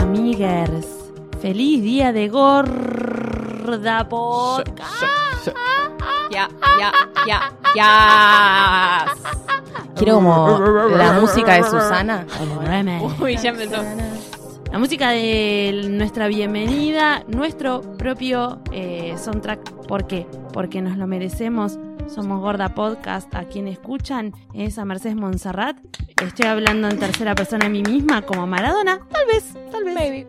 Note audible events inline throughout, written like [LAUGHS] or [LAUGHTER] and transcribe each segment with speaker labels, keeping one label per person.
Speaker 1: Amiguers, feliz día de gorda podcast.
Speaker 2: Ya, ya, ya, ya. [LAUGHS]
Speaker 3: Quiero como la música de Susana.
Speaker 2: Uy, ya empezó.
Speaker 1: La música de nuestra bienvenida, nuestro propio eh, soundtrack. ¿Por qué? Porque nos lo merecemos. Somos Gorda Podcast. A quien escuchan es a Mercedes Monserrat. Estoy hablando en tercera persona a mí misma, como Maradona. Tal vez, tal vez.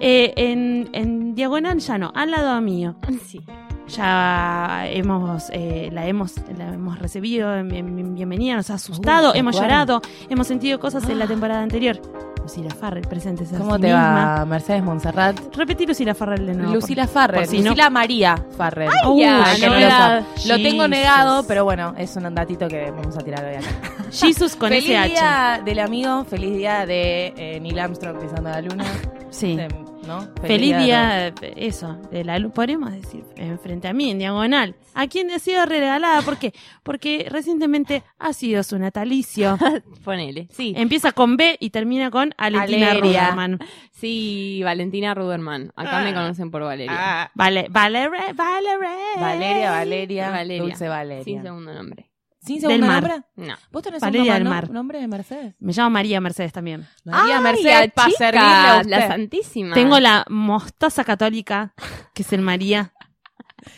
Speaker 1: Eh, en, en diagonal ya no, al lado mío.
Speaker 2: Sí.
Speaker 1: Ya hemos, eh, la, hemos, la hemos recibido en, en- en bienvenida, nos ha asustado, hemos
Speaker 3: ¿cuál?
Speaker 1: llorado, hemos sentido cosas en la temporada anterior. Lucila Farrell, presente.
Speaker 3: Ah. ¿Cómo te va, Mercedes Montserrat?
Speaker 1: Repetí Lucila Farrell de nuevo.
Speaker 3: Lucila Farrell.
Speaker 1: por si no-
Speaker 3: Lucila María Farrell.
Speaker 1: por-
Speaker 2: Ay, ya,
Speaker 3: Ah, que no lo,
Speaker 1: novedad.
Speaker 3: sab- lo tengo
Speaker 1: Jesus.
Speaker 3: negado, pero bueno, es un datito que vamos a tirar hoy acá.
Speaker 1: [LAUGHS] Jesus con
Speaker 3: feliz
Speaker 1: SH.
Speaker 3: día del amigo, feliz día de eh, Neil Armstrong pisando la luna.
Speaker 1: [LAUGHS] Sí.
Speaker 3: De- ¿no?
Speaker 1: Feliz
Speaker 3: de-
Speaker 1: día, eh, eso, de la luz, podríamos decir, enfrente a mí, en diagonal. ¿A quien ha sido regalada? ¿Por qué? Porque recientemente ha sido su
Speaker 3: [LAUGHS]
Speaker 1: natalicio.
Speaker 2: Ponele. Sí.
Speaker 1: Empieza con B y termina con Alentina
Speaker 3: Valeria.
Speaker 1: Ruderman.
Speaker 2: Sí, Valentina Ruderman. Acá
Speaker 1: Ah.
Speaker 2: me conocen por Valeria.
Speaker 3: Ah,
Speaker 1: Vale, Valeria, Valeria.
Speaker 3: Valeria, Valeria,
Speaker 2: Valeria.
Speaker 3: Dulce Valeria.
Speaker 2: Sin segundo nombre.
Speaker 3: ¿Sin
Speaker 1: Del
Speaker 3: segundo
Speaker 1: mar.
Speaker 3: nombre?
Speaker 2: No.
Speaker 3: ¿Vos tenés
Speaker 1: Valeria
Speaker 3: un
Speaker 1: del
Speaker 3: no-
Speaker 1: mar.
Speaker 3: nombre de Mercedes?
Speaker 1: Me llamo María Mercedes también.
Speaker 3: María
Speaker 2: Ay,
Speaker 3: Mercedes, para
Speaker 2: chicas,
Speaker 3: servirle a usted.
Speaker 2: la Santísima.
Speaker 1: Tengo la mostaza católica, que es el María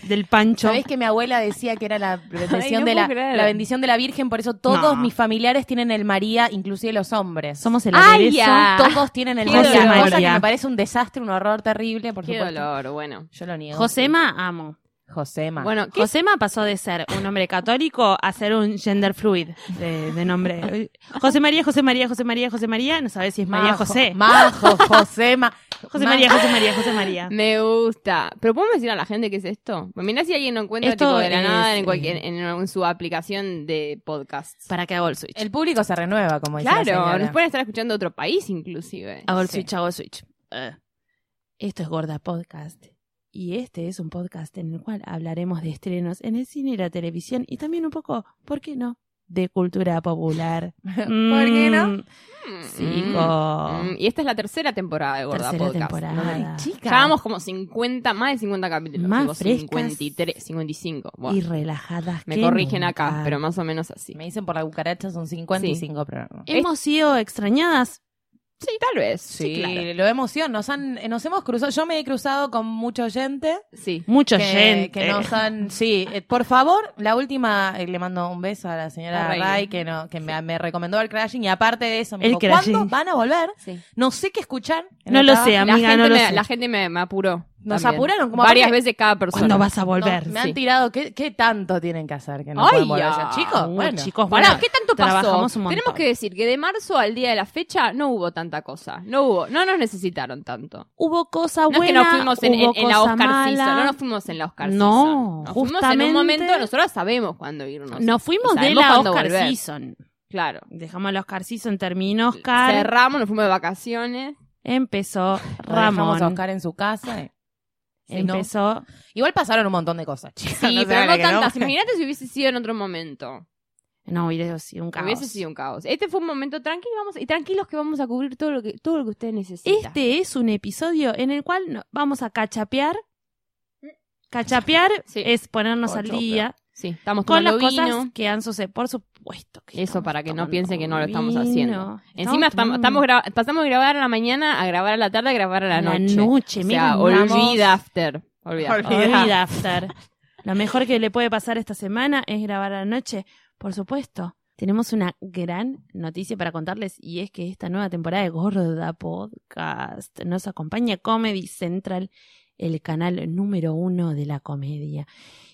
Speaker 1: del Pancho.
Speaker 3: Sabés que mi abuela decía que era la bendición,
Speaker 2: Ay, no
Speaker 3: de, la,
Speaker 2: puedo creer.
Speaker 3: la bendición de la Virgen, por eso todos
Speaker 1: No.
Speaker 3: mis familiares tienen el María, inclusive los hombres.
Speaker 1: Somos el
Speaker 2: Ay,
Speaker 1: aderezo.
Speaker 2: ya.
Speaker 3: todos tienen el
Speaker 2: Qué
Speaker 3: María,
Speaker 1: dolor.
Speaker 3: cosa que
Speaker 1: María.
Speaker 3: me parece un desastre, un horror terrible, por
Speaker 2: Qué
Speaker 3: supuesto.
Speaker 2: dolor, bueno.
Speaker 3: Yo lo niego.
Speaker 1: Josema, amo. Ah,
Speaker 3: Josema.
Speaker 2: Bueno, ¿qué
Speaker 1: Josema pasó de ser un hombre católico a ser un gender fluid de, de nombre. José María, José María, José María, José María. No sabes si es María
Speaker 3: Majo,
Speaker 1: José.
Speaker 3: Majo, Josema.
Speaker 1: José
Speaker 3: Ma-
Speaker 1: María, José María, José María.
Speaker 2: Me gusta. ¿Pero podemos decir a la gente qué es esto? Pues mirá si alguien no encuentra
Speaker 1: Esto
Speaker 2: tipo, de la
Speaker 1: es,
Speaker 2: nada en,
Speaker 1: eh,
Speaker 2: cualquier, en, en su aplicación de podcasts.
Speaker 1: Para que hago el switch.
Speaker 3: El público se renueva,
Speaker 1: pues
Speaker 3: como dice la
Speaker 2: Claro,
Speaker 3: señora.
Speaker 2: nos pueden estar escuchando de otro país inclusive.
Speaker 1: Hago el
Speaker 3: Sí.
Speaker 1: switch, hago el switch. Eh. Esto es Gorda Podcast. Y este es un podcast en el cual hablaremos de estrenos en el cine y la televisión y también un poco, ¿por qué no? De cultura
Speaker 2: [LAUGHS]
Speaker 1: popular. ¿Por
Speaker 3: qué no?
Speaker 2: Mm,
Speaker 1: Chico.
Speaker 2: mm, Y esta es la tercera temporada de Gorda
Speaker 1: Tercera
Speaker 2: Podcast.
Speaker 1: temporada.
Speaker 3: Ay, chica.
Speaker 2: Ya vamos como 50, más de 50 capítulos.
Speaker 1: Más
Speaker 2: tipo
Speaker 1: frescas.
Speaker 2: 53, 55. Bueno,
Speaker 1: Y Ah. relajadas.
Speaker 2: me
Speaker 1: que
Speaker 2: corrigen
Speaker 1: nunca.
Speaker 2: acá, pero más o menos así.
Speaker 3: Me dicen por la cucaracha son 55 programas.
Speaker 1: ¿Hemos sido extrañadas?
Speaker 2: Sí, tal vez.
Speaker 3: Sí, lo de emoción. Nos, han, nos hemos cruzado. Yo me he cruzado con mucha gente.
Speaker 2: Sí.
Speaker 1: Mucho
Speaker 3: que,
Speaker 1: gente.
Speaker 3: que nos han. Sí, eh, por favor, la última, eh, le mando un beso a la señora
Speaker 2: A Ray.
Speaker 3: Ray, que, no, que me, me recomendó el crashing y aparte de eso, me
Speaker 1: El
Speaker 3: dijo, ¿cuándo
Speaker 1: crashing.
Speaker 3: van a volver?
Speaker 2: Sí.
Speaker 3: No sé qué escuchar. en
Speaker 1: No
Speaker 3: el
Speaker 1: lo
Speaker 3: trabajo.
Speaker 1: sé,
Speaker 2: La
Speaker 1: amiga,
Speaker 2: gente,
Speaker 1: no lo
Speaker 2: me,
Speaker 1: sé.
Speaker 2: la gente me, me apuró.
Speaker 3: Nos
Speaker 2: también.
Speaker 3: apuraron como
Speaker 2: varias
Speaker 3: aparte-
Speaker 2: veces cada persona.
Speaker 1: ¿Cuándo vas a
Speaker 3: No,
Speaker 1: volver?
Speaker 3: me
Speaker 1: Sí.
Speaker 3: han tirado, ¿qué, qué tanto tienen que hacer que no
Speaker 2: Ay,
Speaker 3: pueden volver ya?
Speaker 2: ya.
Speaker 3: Chicos,
Speaker 1: Uh,
Speaker 3: bueno.
Speaker 1: chicos,
Speaker 2: Pará,
Speaker 1: bueno,
Speaker 2: ¿qué tanto pasó?
Speaker 1: trabajamos un montón.
Speaker 2: Tenemos que decir que de marzo al día de la fecha no hubo tanta cosa. No hubo, no nos necesitaron tanto.
Speaker 1: Hubo cosa
Speaker 2: No
Speaker 1: buena,
Speaker 2: es que nos fuimos en, en-
Speaker 1: hubo
Speaker 2: en la
Speaker 1: cosa
Speaker 2: Oscar
Speaker 1: mala.
Speaker 2: Season, no nos fuimos en la Oscar
Speaker 1: No,
Speaker 2: Season. Nos fuimos en
Speaker 1: justamente-
Speaker 2: un momento, nosotros sabemos cuándo irnos.
Speaker 1: Nos fuimos de
Speaker 2: Sabemos
Speaker 1: la
Speaker 2: cuándo
Speaker 1: Oscar
Speaker 2: volver.
Speaker 1: Season.
Speaker 2: Claro.
Speaker 1: Dejamos la Oscar Season, terminó Oscar,
Speaker 2: Cerramos, nos fuimos de vacaciones. [LAUGHS]
Speaker 1: empezó
Speaker 3: Lo dejamos a
Speaker 1: Ramón,
Speaker 3: Oscar en su casa. eh. Sí, ¿no?
Speaker 1: empezó...
Speaker 3: Igual pasaron un montón de cosas, chicos. [LAUGHS]
Speaker 2: Sí,
Speaker 3: se
Speaker 2: pero
Speaker 3: hagan
Speaker 2: no
Speaker 3: la que
Speaker 2: tantas. Imagínate si hubiese sido en otro momento.
Speaker 1: No, hubiera sido un caos.
Speaker 2: Hubiese sido un caos. Este fue un momento tranquilo vamos, y tranquilos que vamos a cubrir todo lo que, todo lo que ustedes necesitan.
Speaker 1: Este es un episodio en el cual no- vamos a cachapear. Cachapear
Speaker 2: Sí.
Speaker 1: es ponernos al día.
Speaker 2: Sí, estamos
Speaker 1: Con
Speaker 2: tomando
Speaker 1: las cosas
Speaker 2: vino.
Speaker 1: que han sucedido, por supuesto. que
Speaker 2: Eso
Speaker 1: estamos
Speaker 2: para que no
Speaker 1: tomando
Speaker 2: piense que no lo estamos
Speaker 1: vino.
Speaker 2: haciendo. Encima
Speaker 1: tomando
Speaker 2: estamos, estamos gra- pasamos de grabar a la mañana a grabar a la tarde a grabar a la
Speaker 1: la
Speaker 2: noche.
Speaker 1: noche,
Speaker 2: o
Speaker 1: mira,
Speaker 2: sea,
Speaker 1: andamos-
Speaker 2: olvida after. Olvida.
Speaker 4: Olvida.
Speaker 1: Olvida after. Lo mejor que le puede pasar esta semana es grabar a la noche. Por supuesto, tenemos una gran noticia para contarles y es que esta nueva temporada de Gorda Podcast nos acompaña Comedy Central, el canal número uno de la comedia.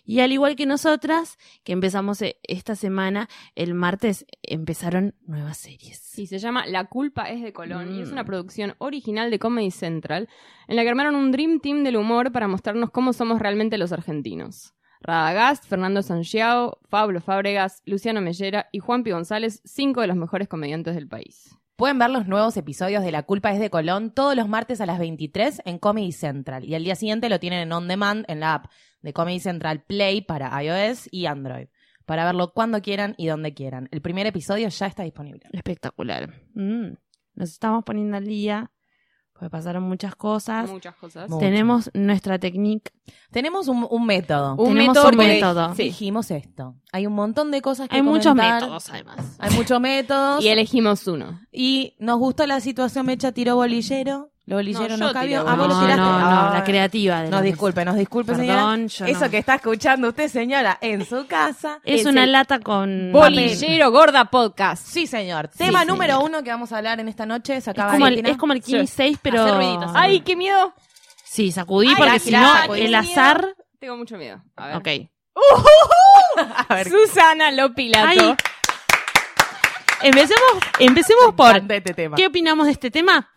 Speaker 1: Y al igual que nosotras, que empezamos eh, esta semana, el martes empezaron nuevas series.
Speaker 2: Sí, se llama La culpa es de Colón y es
Speaker 1: Mm.
Speaker 2: una producción original de Comedy Central en la que armaron un Dream Team del humor para mostrarnos cómo somos realmente los argentinos. Radagast, Fernando Sangiao, Pablo Fábregas, Luciano Mellera y Juanpi González, cinco de los mejores comediantes del país.
Speaker 3: Pueden ver los nuevos episodios de La Culpa es de Colón todos los martes a las 23 en Comedy Central. Y al día siguiente lo tienen en On Demand en la app de Comedy Central Play para iOS y Android. Para verlo cuando quieran y donde quieran. El primer episodio ya está disponible.
Speaker 1: Espectacular. Mm. Nos estamos poniendo al día, porque pasaron muchas cosas.
Speaker 2: Muchas cosas.
Speaker 3: Mucho.
Speaker 1: Tenemos nuestra técnica.
Speaker 3: Tenemos un, un método.
Speaker 2: Un
Speaker 1: Tenemos
Speaker 2: método
Speaker 1: un
Speaker 2: porque-
Speaker 1: método.
Speaker 2: sí.
Speaker 3: Dijimos esto. Hay un montón de cosas que
Speaker 1: Hay muchos
Speaker 3: comentar.
Speaker 1: métodos, además.
Speaker 3: Hay muchos métodos.
Speaker 1: [LAUGHS]
Speaker 2: Y elegimos uno.
Speaker 3: Y nos gustó la situación, Mecha tiró bolillero. Lo bolillero
Speaker 2: No,
Speaker 3: no,
Speaker 2: yo
Speaker 3: cabió.
Speaker 2: tiré
Speaker 3: Ah, vos lo
Speaker 2: bolillero.
Speaker 3: tiraste.
Speaker 1: No, no,
Speaker 3: Ah,
Speaker 1: la creativa. De la
Speaker 3: Nos
Speaker 1: mesa.
Speaker 3: disculpe, nos disculpe, señora.
Speaker 1: Perdón, yo
Speaker 3: Eso
Speaker 1: no.
Speaker 3: que está escuchando usted, señora, en su casa.
Speaker 1: Es
Speaker 3: es
Speaker 1: una
Speaker 3: el-
Speaker 1: lata con... papel.
Speaker 2: Bolillero Gorda Podcast.
Speaker 3: Sí, señor. Tema número uno que vamos a hablar en esta noche. Se
Speaker 1: Es
Speaker 3: acaba
Speaker 1: como,
Speaker 3: de
Speaker 1: el, es como el
Speaker 2: Sí.
Speaker 1: 15 6, pero...
Speaker 3: Hacer ruiditos.
Speaker 2: ¡Ay, qué miedo!
Speaker 1: Sí, sacudí,
Speaker 2: Ay,
Speaker 1: porque
Speaker 2: la
Speaker 1: si
Speaker 2: girá,
Speaker 1: no,
Speaker 2: sacudí.
Speaker 1: el azar...
Speaker 2: Tengo mucho miedo. A ver.
Speaker 1: Ok.
Speaker 3: A ver,
Speaker 2: Susana Lopilato.
Speaker 1: Ay. Empecemos, empecemos por...
Speaker 3: por este tema.
Speaker 1: ¿Qué opinamos de este tema?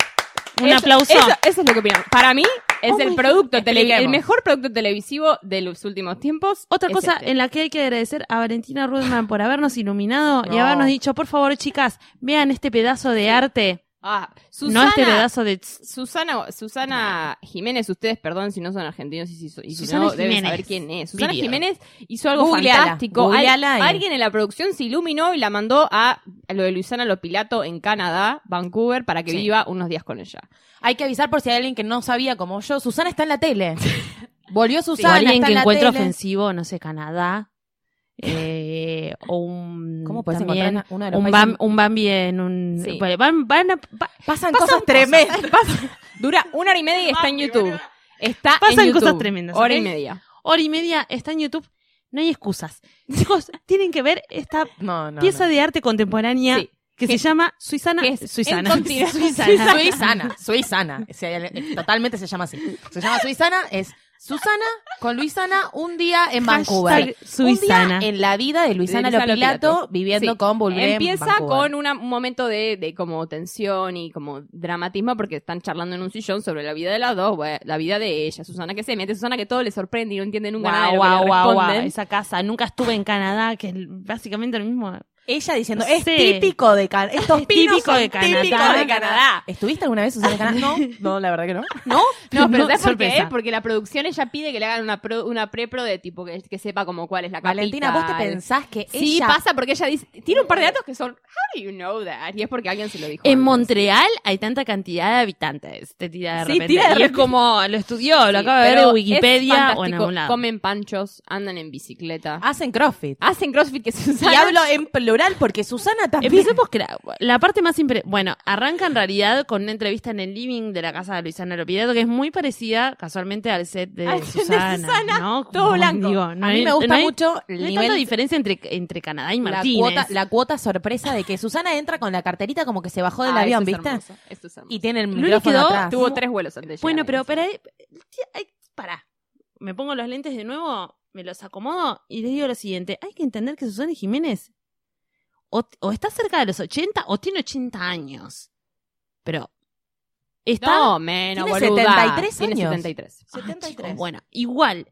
Speaker 1: Un
Speaker 2: Eso-
Speaker 1: aplauso.
Speaker 2: Eso, eso es lo que opinamos. Para mí es
Speaker 3: Oh
Speaker 2: el
Speaker 3: my
Speaker 2: producto
Speaker 3: God.
Speaker 2: tele-
Speaker 3: Expliquemos.
Speaker 2: el mejor producto televisivo de los últimos tiempos.
Speaker 1: Otra
Speaker 2: es
Speaker 1: cosa
Speaker 2: este.
Speaker 1: en la que hay que agradecer a Valentina Rudman por habernos iluminado y
Speaker 3: No.
Speaker 1: habernos dicho, por favor, chicas, vean este pedazo de arte,
Speaker 2: Ah, Susana,
Speaker 1: no este pedazo de...
Speaker 2: Susana, Susana Jiménez, ustedes, perdón si no son argentinos y si, so- y si
Speaker 1: Susana
Speaker 2: no, deben
Speaker 1: Jiménez.
Speaker 2: saber quién es. Susana
Speaker 1: Period.
Speaker 2: Jiménez hizo algo
Speaker 3: Googleala,
Speaker 2: fantástico. Al-
Speaker 3: googleala y-
Speaker 2: alguien en la producción se iluminó y la mandó a lo de Luisana Lopilato en Canadá, Vancouver, para que
Speaker 3: Sí.
Speaker 2: viva unos días con ella.
Speaker 3: Hay que avisar por si hay alguien que no sabía como yo. Susana está en
Speaker 1: [LAUGHS]
Speaker 3: la tele. Volvió
Speaker 1: o
Speaker 3: Susana.
Speaker 1: alguien
Speaker 3: está
Speaker 1: que
Speaker 3: en la
Speaker 1: encuentre
Speaker 3: tele.
Speaker 1: ofensivo, no sé, Canadá, eh, o un...
Speaker 3: ¿Cómo podés
Speaker 1: también
Speaker 3: encontrar una de los
Speaker 1: un,
Speaker 3: países-
Speaker 1: Bam- un Bambi en un...
Speaker 2: Sí.
Speaker 1: Bueno, van- van a- va-
Speaker 3: Pasan,
Speaker 1: pasan
Speaker 3: cosas tremendas.
Speaker 2: Dura una hora y media y está en YouTube. Está en
Speaker 1: Pasan
Speaker 2: YouTube.
Speaker 1: cosas tremendas,
Speaker 2: Hora y
Speaker 1: ¿ok?
Speaker 2: media.
Speaker 1: [LAUGHS] hora y media está en YouTube, no hay excusas.
Speaker 3: [LAUGHS]
Speaker 1: Chicos, tienen que ver esta
Speaker 3: No, no.
Speaker 1: pieza
Speaker 3: no.
Speaker 1: de arte contemporánea
Speaker 2: Sí.
Speaker 1: que se llama Suizana...
Speaker 2: que es
Speaker 1: Suizana. [LAUGHS]
Speaker 2: en continu-
Speaker 1: Suizana.
Speaker 3: Suizana, Suizana. Si hay alguien- Totalmente se llama así. Se llama Suizana, es Susana con Luisana un día en Vancouver.
Speaker 1: Hashtag Suizana.
Speaker 3: Un día en la vida de Luisana
Speaker 2: De Luisana
Speaker 3: Lopilato,
Speaker 2: Lopilato.
Speaker 3: viviendo
Speaker 2: Sí.
Speaker 3: con Bulbé
Speaker 2: Empieza con una- un momento de, de como tensión y como dramatismo porque están charlando en un sillón sobre la vida de las dos, bueno, la vida de ella, Susana que se mete, Susana que todo le sorprende y no entiende nunca nada de lo que
Speaker 1: Guau,
Speaker 2: le
Speaker 1: guau, guau,
Speaker 2: responden.
Speaker 1: Esa casa. Nunca estuve en Canadá, que es básicamente lo mismo.
Speaker 3: Ella diciendo,
Speaker 1: No
Speaker 3: es
Speaker 1: sé.
Speaker 3: típico de Canadá. Estos
Speaker 1: Es
Speaker 3: pinos
Speaker 1: típico
Speaker 3: son
Speaker 1: de Canadá.
Speaker 3: típicos de
Speaker 2: Canadá.
Speaker 3: Canadá. ¿Estuviste alguna vez Susana en Canadá? [LAUGHS] No, no, la verdad que no.
Speaker 1: ¿No?
Speaker 2: No, pero ¿sabes por
Speaker 1: sorpresa.
Speaker 2: qué? Porque la producción ella pide que le hagan una, pro- una pre-pro de tipo que, que sepa como cuál es la
Speaker 3: Valentina, ¿vos te
Speaker 2: capital.
Speaker 3: pensás que
Speaker 2: Sí,
Speaker 3: ella...
Speaker 2: pasa porque ella dice, tiene un par de datos que son, how do you know that? Y es porque alguien se lo dijo.
Speaker 1: En
Speaker 2: antes.
Speaker 1: Montreal hay tanta cantidad de habitantes. Te tira de
Speaker 2: Sí,
Speaker 1: repente.
Speaker 2: tira de
Speaker 1: y es
Speaker 2: repente.
Speaker 1: como, lo estudió,
Speaker 2: Sí,
Speaker 1: lo acaba de ver
Speaker 2: pero
Speaker 1: en
Speaker 2: es
Speaker 1: Wikipedia o en
Speaker 2: fantástico.
Speaker 1: algún lado.
Speaker 2: Comen panchos, andan en bicicleta.
Speaker 3: Hacen CrossFit.
Speaker 2: Hacen crossfit que Susana...
Speaker 3: Y hablo en plural porque Susana también... [LAUGHS]
Speaker 1: Empecemos que la, la parte más impre- bueno, arranca en realidad con una entrevista en el living de la casa de Luisana Lopilato que es muy parecida casualmente al set de,
Speaker 2: Al set de
Speaker 1: Susana,
Speaker 2: Susana,
Speaker 1: ¿no?
Speaker 2: todo blanco.
Speaker 1: digo, no
Speaker 3: a mí
Speaker 1: hay-
Speaker 3: me gusta
Speaker 1: no hay-
Speaker 3: mucho
Speaker 1: no
Speaker 3: el
Speaker 1: hay
Speaker 3: nivel
Speaker 1: tanta diferencia entre, entre Canadá y
Speaker 3: la
Speaker 1: Martínez.
Speaker 3: cuota, la cuota sorpresa de que Susana entra con la carterita como que se bajó del
Speaker 2: Ah,
Speaker 3: avión,
Speaker 2: eso es
Speaker 3: ¿viste?
Speaker 2: hermoso, eso es hermoso.
Speaker 3: Y tiene el
Speaker 1: Luli
Speaker 3: micrófono
Speaker 1: quedó-
Speaker 3: atrás.
Speaker 2: Tuvo tres vuelos antes de
Speaker 1: Bueno, pero
Speaker 2: llegar.
Speaker 1: para para. Me pongo los lentes de nuevo, me los acomodo y les digo lo siguiente, hay que entender que Susana Jiménez o, o está cerca de los 80 o tiene 80 años. Pero está
Speaker 2: No, menos,
Speaker 3: Tiene
Speaker 2: boluda.
Speaker 3: 73
Speaker 2: Tiene
Speaker 3: años.
Speaker 2: 73.
Speaker 1: Ah,
Speaker 3: 73.
Speaker 1: chicos, bueno, igual.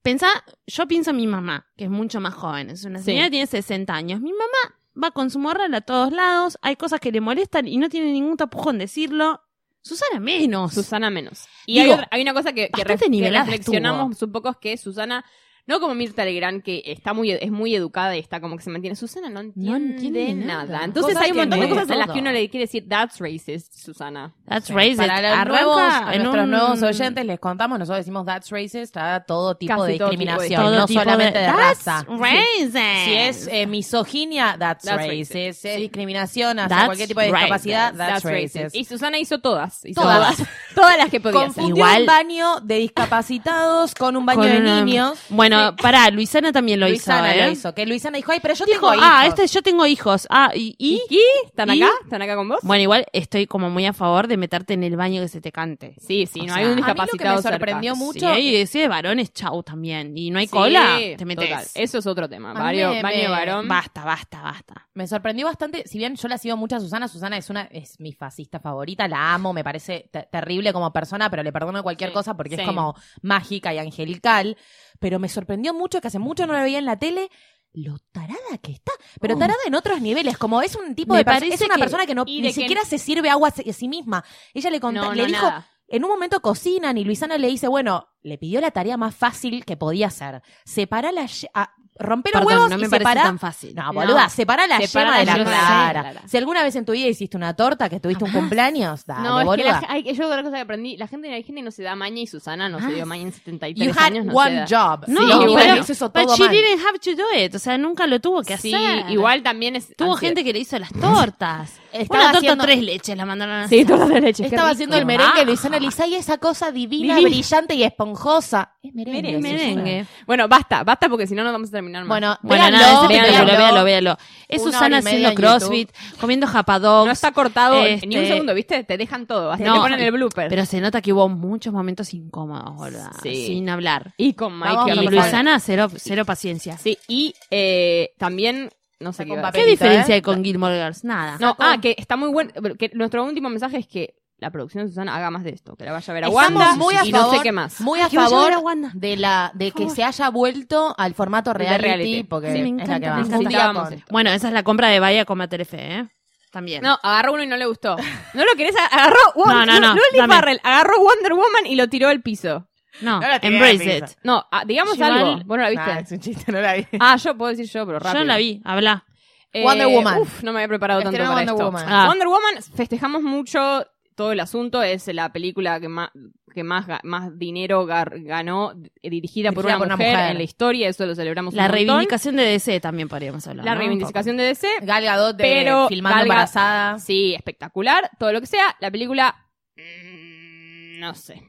Speaker 1: Pensá, yo pienso en mi mamá, que es mucho más joven, es una
Speaker 2: Sí.
Speaker 1: señora que tiene 60 años. Mi mamá va con su morral a todos lados, hay cosas que le molestan y no tiene ningún tapujón decirlo. Susana menos.
Speaker 2: Susana menos. Y
Speaker 1: Digo,
Speaker 2: hay, otra- hay una cosa que, que,
Speaker 1: bastante
Speaker 2: ref- que
Speaker 1: nivelada
Speaker 2: reflexionamos un poco es que Susana No como Mirta Legrand, que está muy, es muy educada y está como que se mantiene. Susana no entiende,
Speaker 4: entiende
Speaker 2: nada.
Speaker 4: nada.
Speaker 2: Entonces
Speaker 3: Cosas
Speaker 2: hay un
Speaker 3: que
Speaker 2: montón de
Speaker 3: no.
Speaker 2: cosas en las que uno
Speaker 3: Todo.
Speaker 2: le quiere decir, that's racist, Susana.
Speaker 1: That's
Speaker 3: Sí,
Speaker 1: racist.
Speaker 3: Para los
Speaker 1: Arranca
Speaker 3: nuevos, a
Speaker 1: en
Speaker 3: nuestros
Speaker 1: un-
Speaker 3: nuevos oyentes les contamos, nosotros decimos that's racist a todo tipo
Speaker 2: Casi
Speaker 3: de
Speaker 2: todo tipo de-
Speaker 3: discriminación,
Speaker 1: todo
Speaker 3: no
Speaker 1: tipo
Speaker 3: solamente de,
Speaker 1: That's
Speaker 3: raza.
Speaker 1: racist.
Speaker 3: Si es eh, misoginia, that's,
Speaker 2: That's
Speaker 3: racist.
Speaker 2: racist.
Speaker 3: Si es discriminación hacia
Speaker 1: That's
Speaker 3: cualquier tipo de discapacidad, that's, racist.
Speaker 2: Y Susana hizo todas. hizo
Speaker 1: [LAUGHS]
Speaker 3: Todas.
Speaker 2: todas. [LAUGHS] Todas las que podía hacer.
Speaker 3: Confundió
Speaker 1: Igual-
Speaker 3: un baño de discapacitados con un baño
Speaker 1: con
Speaker 3: de
Speaker 1: una-
Speaker 3: niños.
Speaker 1: Bueno, pará, Luisana también lo
Speaker 3: Luisana
Speaker 1: hizo. ¿eh?
Speaker 3: lo hizo. Que Luisana dijo, ay, pero yo
Speaker 1: Dijo,
Speaker 3: tengo hijos.
Speaker 1: ah, este, yo tengo hijos. Ah, ¿y? ¿Y?
Speaker 2: ¿Y? ¿Están
Speaker 1: ¿Y?
Speaker 2: acá? ¿Están acá con vos?
Speaker 1: Bueno, igual estoy como muy a favor de meterte en el baño que se te cante.
Speaker 2: sí, sí,
Speaker 1: o
Speaker 2: no
Speaker 1: sea,
Speaker 2: hay
Speaker 1: a
Speaker 2: un
Speaker 1: mí lo
Speaker 3: que me
Speaker 2: discapacitado cerca.
Speaker 3: sorprendió mucho-
Speaker 1: Sí, y si de varones, chau también. Y no hay
Speaker 2: Sí,
Speaker 1: cola, te
Speaker 2: total.
Speaker 1: metes.
Speaker 2: Eso es otro tema.
Speaker 3: mí
Speaker 2: Vario-
Speaker 3: me-
Speaker 2: baño
Speaker 3: me-
Speaker 2: de varón.
Speaker 1: Basta, basta, basta.
Speaker 3: Me sorprendió bastante, si bien yo la sigo mucho a Susana, Susana es una es mi fascista favorita, la amo, me parece te- terrible como persona, pero le perdono cualquier
Speaker 2: Sí,
Speaker 3: cosa porque
Speaker 2: sí.
Speaker 3: es como mágica y angelical, pero me sorprendió mucho que hace mucho no la veía en la tele lo tarada que está, pero tarada en otros niveles, como es un tipo
Speaker 1: Oh. Me
Speaker 3: de perso- es
Speaker 1: parece
Speaker 3: una
Speaker 1: que-
Speaker 3: persona que no
Speaker 2: y
Speaker 3: ni
Speaker 2: de que-
Speaker 3: siquiera se sirve agua a sí a sí misma. Ella le contó,
Speaker 2: No,
Speaker 3: le
Speaker 2: no,
Speaker 3: dijo,
Speaker 2: nada.
Speaker 3: en un momento cocinan y Luisana le dice, bueno, le pidió la tarea más fácil que podía hacer. Separá la ye- a- romper los
Speaker 1: Perdón,
Speaker 3: huevos
Speaker 1: no
Speaker 3: y
Speaker 1: me parece
Speaker 3: separá-
Speaker 1: tan fácil.
Speaker 3: No, boluda,
Speaker 2: No.
Speaker 3: separa la
Speaker 2: Separa
Speaker 3: yema de
Speaker 2: la
Speaker 3: la
Speaker 2: yema de la
Speaker 3: clara.
Speaker 2: clara.
Speaker 3: Si alguna vez en tu vida hiciste una torta que tuviste un cumpleaños, dale,
Speaker 2: No, es que
Speaker 3: boluda.
Speaker 2: la- hay- yo otra cosa que aprendí, la gente, la gente no se da maña y Susana no
Speaker 1: Ah,
Speaker 2: se dio maña en 73
Speaker 3: You had
Speaker 2: años. No se
Speaker 3: one
Speaker 2: da.
Speaker 3: job.
Speaker 1: No,
Speaker 3: Lo
Speaker 2: Sí,
Speaker 3: que
Speaker 2: igual-
Speaker 3: bueno,
Speaker 1: pero,
Speaker 3: eso hizo
Speaker 1: but
Speaker 3: todo
Speaker 1: she
Speaker 3: mal.
Speaker 1: didn't have to do it. O sea, nunca lo tuvo que
Speaker 2: Sí,
Speaker 1: hacer.
Speaker 2: igual también es...
Speaker 1: Tuvo
Speaker 2: ansiedad.
Speaker 1: gente que le hizo las tortas.
Speaker 3: [LAUGHS] Estaba
Speaker 1: Una torta
Speaker 3: haciendo-
Speaker 1: tres leches la mandaron a
Speaker 2: [LAUGHS] Sí,
Speaker 1: hacer.
Speaker 2: torta de leche.
Speaker 3: Estaba haciendo el
Speaker 1: rico.
Speaker 3: merengue, Luisana Lisa, y esa cosa divina,
Speaker 2: Divina.
Speaker 3: brillante y esponjosa. Es merengue.
Speaker 1: Merengue,
Speaker 3: Susana.
Speaker 1: merengue.
Speaker 2: Bueno, basta, basta porque si no nos vamos a terminar más.
Speaker 3: Bueno,
Speaker 1: Bueno,
Speaker 3: véanlo,
Speaker 1: nada, es
Speaker 3: véanlo.
Speaker 1: espectacular, véalo, véalo. Es
Speaker 3: Una
Speaker 1: Susana
Speaker 3: hora y
Speaker 1: haciendo
Speaker 3: media en
Speaker 1: crossfit, comiendo japadogs.
Speaker 2: no está cortado ni un
Speaker 1: este,
Speaker 2: segundo, ¿viste? Te dejan todo, hasta
Speaker 1: No.
Speaker 2: te ponen el blooper.
Speaker 1: Pero se nota que hubo muchos momentos incómodos, boluda,
Speaker 2: Sí.
Speaker 1: sin hablar.
Speaker 2: Y con
Speaker 3: Vamos,
Speaker 2: Mike
Speaker 1: Y
Speaker 3: por
Speaker 1: Luisana, cero, cero paciencia.
Speaker 2: Sí, y eh, también, no
Speaker 3: Está
Speaker 2: sé qué
Speaker 3: con
Speaker 2: iba a
Speaker 1: ¿Qué
Speaker 2: decir.
Speaker 3: Perito,
Speaker 1: diferencia
Speaker 3: ¿eh?
Speaker 1: hay con Gilmore Girls? Nada.
Speaker 2: No, ah, que está muy bueno. que nuestro último mensaje es que la producción de Susana haga más de esto, que la vaya a ver a
Speaker 3: Estamos
Speaker 2: Wanda
Speaker 3: muy a
Speaker 2: y no
Speaker 3: favor-
Speaker 2: sé qué más.
Speaker 3: Muy a
Speaker 1: Que vaya a ver
Speaker 3: favor
Speaker 1: a Wanda.
Speaker 3: de la de que se haya vuelto al formato
Speaker 2: De reality.
Speaker 3: reality, porque
Speaker 1: Sí, me
Speaker 3: es la
Speaker 1: encanta,
Speaker 3: que
Speaker 1: me
Speaker 3: va.
Speaker 1: encanta.
Speaker 3: Julia
Speaker 2: Vamos.
Speaker 3: con-
Speaker 1: Bueno, esa es la compra de Bahía con Telefe, ¿eh? También.
Speaker 2: No, agarró uno y no le gustó. [LAUGHS] No lo querés, agarró
Speaker 1: No,
Speaker 2: Wonder
Speaker 1: no, no,
Speaker 2: Luli
Speaker 1: dame.
Speaker 2: Farrell, agarró Wonder Woman y lo tiró al piso.
Speaker 1: No,
Speaker 3: No la tiré a la
Speaker 1: embrace it.
Speaker 3: pizza.
Speaker 2: No, ah, digamos
Speaker 1: Igual-
Speaker 2: algo. Vos no la viste.
Speaker 3: Nah, es un chiste, no la vi.
Speaker 2: Ah, yo puedo decir yo, pero
Speaker 1: Yo no
Speaker 2: rápido.
Speaker 1: la vi, habla.
Speaker 2: Eh,
Speaker 3: Wonder Woman.
Speaker 2: Uf, no me había preparado tanto
Speaker 3: Estrenó
Speaker 2: para
Speaker 3: Wonder
Speaker 2: esto.
Speaker 3: Woman.
Speaker 1: Ah.
Speaker 2: Wonder Woman, festejamos mucho todo el asunto. Es la película que más, que más, ga- más dinero gar- ganó, eh, dirigida por
Speaker 3: Dirigida
Speaker 2: una,
Speaker 3: por una
Speaker 2: mujer,
Speaker 3: mujer.
Speaker 2: en la historia. Eso lo celebramos
Speaker 1: La
Speaker 2: un montón.
Speaker 1: reivindicación de DC también podríamos hablar.
Speaker 2: La
Speaker 1: ¿no?
Speaker 2: reivindicación de DC.
Speaker 3: Gal Gadot de
Speaker 2: Pero
Speaker 3: filmando
Speaker 2: Gal Gadot-
Speaker 3: embarazada.
Speaker 2: Sí, espectacular. Todo lo que sea. La película. mm, No sé.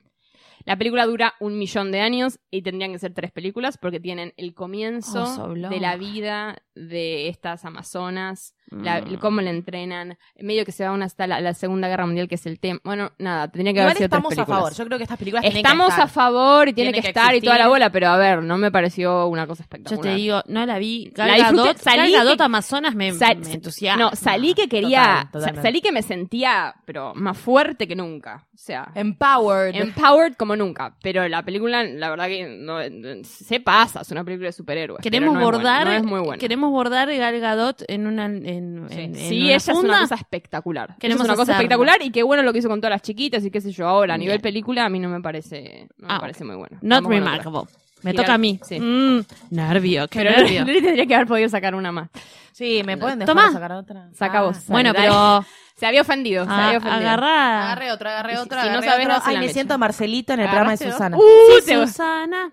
Speaker 2: La película dura un millón de años y tendrían que ser tres películas porque tienen el comienzo
Speaker 1: Oh, so long.
Speaker 2: de la vida de estas amazonas,
Speaker 1: Mm.
Speaker 2: la- el cómo la entrenan, medio que se va una hasta la, la Segunda Guerra Mundial, que es el tema. Bueno, nada, tendría que
Speaker 3: Igual
Speaker 2: haber sido
Speaker 3: estamos
Speaker 2: tres
Speaker 3: a
Speaker 2: películas.
Speaker 3: favor. Yo creo que estas películas tienen que
Speaker 2: Estamos
Speaker 3: estar.
Speaker 2: a favor y tiene,
Speaker 3: Tienen
Speaker 2: que,
Speaker 3: que
Speaker 2: estar y toda la
Speaker 3: existir.
Speaker 2: bola, pero a ver, no me pareció una
Speaker 1: Yo
Speaker 2: cosa espectacular.
Speaker 1: te digo, no la vi. Gal
Speaker 2: La disfruté,
Speaker 1: Gadot, Gal
Speaker 2: salí
Speaker 1: Gadot
Speaker 2: que-
Speaker 1: Amazonas me,
Speaker 2: Sal-
Speaker 1: me entusiasma.
Speaker 2: No, salí que quería,
Speaker 3: total, totalmente.
Speaker 2: sa- salí que me sentía, pero más fuerte que nunca. O sea,
Speaker 3: Empowered.
Speaker 2: empowered como nunca. Pero la película, la verdad que no, no- se pasa, es una película de superhéroes. pero
Speaker 1: Queremos
Speaker 2: no es buena,
Speaker 1: bordar,
Speaker 2: no es muy buena.
Speaker 1: queremos bordar Gal Gadot en una en, en- en
Speaker 2: sí,
Speaker 1: una
Speaker 2: ella es
Speaker 1: funda.
Speaker 2: una cosa espectacular. Ella
Speaker 1: Queremos
Speaker 2: es una cosa
Speaker 1: hacerlo.
Speaker 2: espectacular y qué bueno lo que hizo con todas las chiquitas y qué sé yo. Ahora, a nivel
Speaker 1: Bien.
Speaker 2: película, a mí no me parece, no me
Speaker 1: Ah,
Speaker 2: parece muy bueno.
Speaker 1: Not
Speaker 2: Vamos con otra.
Speaker 1: remarkable. Me
Speaker 2: Girar-
Speaker 1: toca a mí.
Speaker 2: sí.
Speaker 1: Mm, nervio, qué
Speaker 2: Pero [LAUGHS]
Speaker 1: nervio.
Speaker 2: Luli tendría que haber podido sacar una más.
Speaker 3: Sí, ¿me pueden dejar
Speaker 1: Tomá.
Speaker 3: sacar otra?
Speaker 2: Saca
Speaker 3: Ah.
Speaker 2: vos.
Speaker 1: bueno,
Speaker 2: Dale,
Speaker 1: pero
Speaker 2: dale. Se había ofendido, se
Speaker 1: a-
Speaker 2: había ofendido.
Speaker 1: Ah, agarrá.
Speaker 3: Ah. Agarré otra,
Speaker 2: Y
Speaker 3: agarré
Speaker 2: si-
Speaker 3: otra.
Speaker 2: si no
Speaker 3: agarré
Speaker 2: sabés,
Speaker 3: otra.
Speaker 2: hacela
Speaker 3: Ay, me
Speaker 2: mecha.
Speaker 3: siento Marcelito en el programa de
Speaker 2: ¿Agarraste
Speaker 3: Susana.
Speaker 2: dos?
Speaker 1: Uh,
Speaker 2: Sí, se-
Speaker 1: Susana.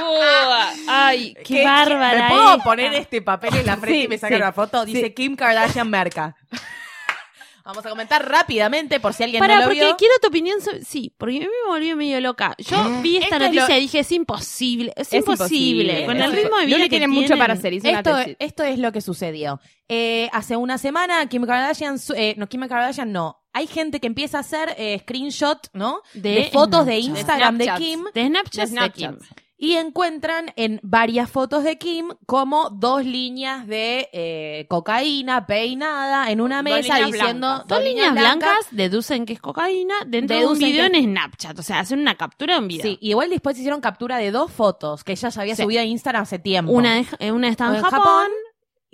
Speaker 1: Uh, ay, qué, bárbara. eh.
Speaker 3: ¿Me puedo
Speaker 1: es.
Speaker 3: poner este papel en la frente
Speaker 2: Sí,
Speaker 3: y me sacan
Speaker 2: sí,
Speaker 3: una foto? Dice Kim Kardashian Merca. [LAUGHS] Vamos a comentar rápidamente por si alguien
Speaker 1: Pará,
Speaker 3: no lo
Speaker 1: porque
Speaker 3: vio.
Speaker 1: quiero tu opinión sobre... Sí, porque a mí me volvió medio loca. Yo vi esta
Speaker 3: Esto es
Speaker 1: noticia
Speaker 3: lo-
Speaker 1: y dije, es imposible, es,
Speaker 2: Es
Speaker 1: imposible.
Speaker 2: imposible.
Speaker 1: Con
Speaker 2: Es
Speaker 1: el ritmo de
Speaker 2: imposible.
Speaker 1: vida
Speaker 2: Luli
Speaker 1: que
Speaker 2: tiene
Speaker 1: tienen,
Speaker 2: mucho para hacer, hizo una
Speaker 3: Esto,
Speaker 2: tesis.
Speaker 3: esto es lo que sucedió. Eh, hace una semana, Kim Kardashian, su- eh, no, Kim Kardashian no. Hay gente que empieza a hacer eh, screenshot, ¿no?
Speaker 1: De
Speaker 3: De, fotos de
Speaker 1: Snapchat.
Speaker 3: Instagram
Speaker 2: De
Speaker 3: de
Speaker 2: Snapchat.
Speaker 3: Kim
Speaker 1: De Snapchat,
Speaker 2: De Snapchat.
Speaker 1: de Kim.
Speaker 3: y encuentran en varias fotos de Kim como dos líneas de eh, cocaína peinada en una
Speaker 2: Dos
Speaker 3: mesa
Speaker 2: líneas
Speaker 3: diciendo
Speaker 2: blancas.
Speaker 1: Dos líneas blancas deducen que es cocaína dentro de un
Speaker 3: Deducen
Speaker 1: video
Speaker 3: que-
Speaker 1: en Snapchat. O sea, hacen una captura de un video.
Speaker 3: Sí, y igual después hicieron captura de dos fotos que ella ya había
Speaker 1: Sí.
Speaker 3: subido a Instagram hace tiempo.
Speaker 1: Una, de- eh, una estaba en,
Speaker 3: En
Speaker 1: Japón,
Speaker 3: Japón,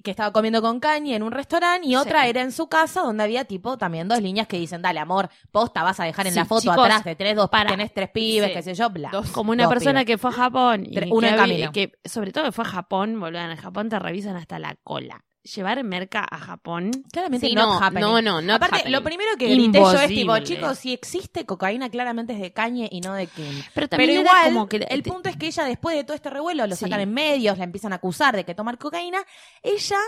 Speaker 3: que estaba comiendo con Kanye en un restaurante y otra
Speaker 1: Sí.
Speaker 3: era en su casa donde había tipo también dos líneas que dicen, dale amor, posta vas a dejar en
Speaker 1: Sí,
Speaker 3: la foto
Speaker 1: chicos,
Speaker 3: atrás de tres, dos,
Speaker 1: para.
Speaker 3: tenés tres pibes,
Speaker 2: Sí.
Speaker 3: qué sé yo, bla.
Speaker 2: Dos.
Speaker 1: Como una
Speaker 3: Dos
Speaker 1: persona
Speaker 3: pibes.
Speaker 1: que fue a Japón y
Speaker 3: Tres-
Speaker 1: que,
Speaker 3: uno en
Speaker 1: habi-
Speaker 3: camino.
Speaker 1: que sobre todo que fue a Japón, boludo, en Japón te revisan hasta la cola. Llevar merca a Japón
Speaker 3: Claramente
Speaker 2: Sí,
Speaker 3: not
Speaker 2: no,
Speaker 3: happening.
Speaker 2: no, no, not
Speaker 3: Aparte,
Speaker 2: happening.
Speaker 3: lo primero que grité yo es tipo,
Speaker 1: Imposible.
Speaker 3: chicos, si existe cocaína, claramente es de Kanye y no de Kim.
Speaker 1: Pero también
Speaker 3: Pero
Speaker 1: era
Speaker 3: igual,
Speaker 1: como que
Speaker 3: el punto es que ella después de todo este revuelo, lo
Speaker 1: Sí.
Speaker 3: sacan en medios, la empiezan a acusar de que tomar cocaína, ella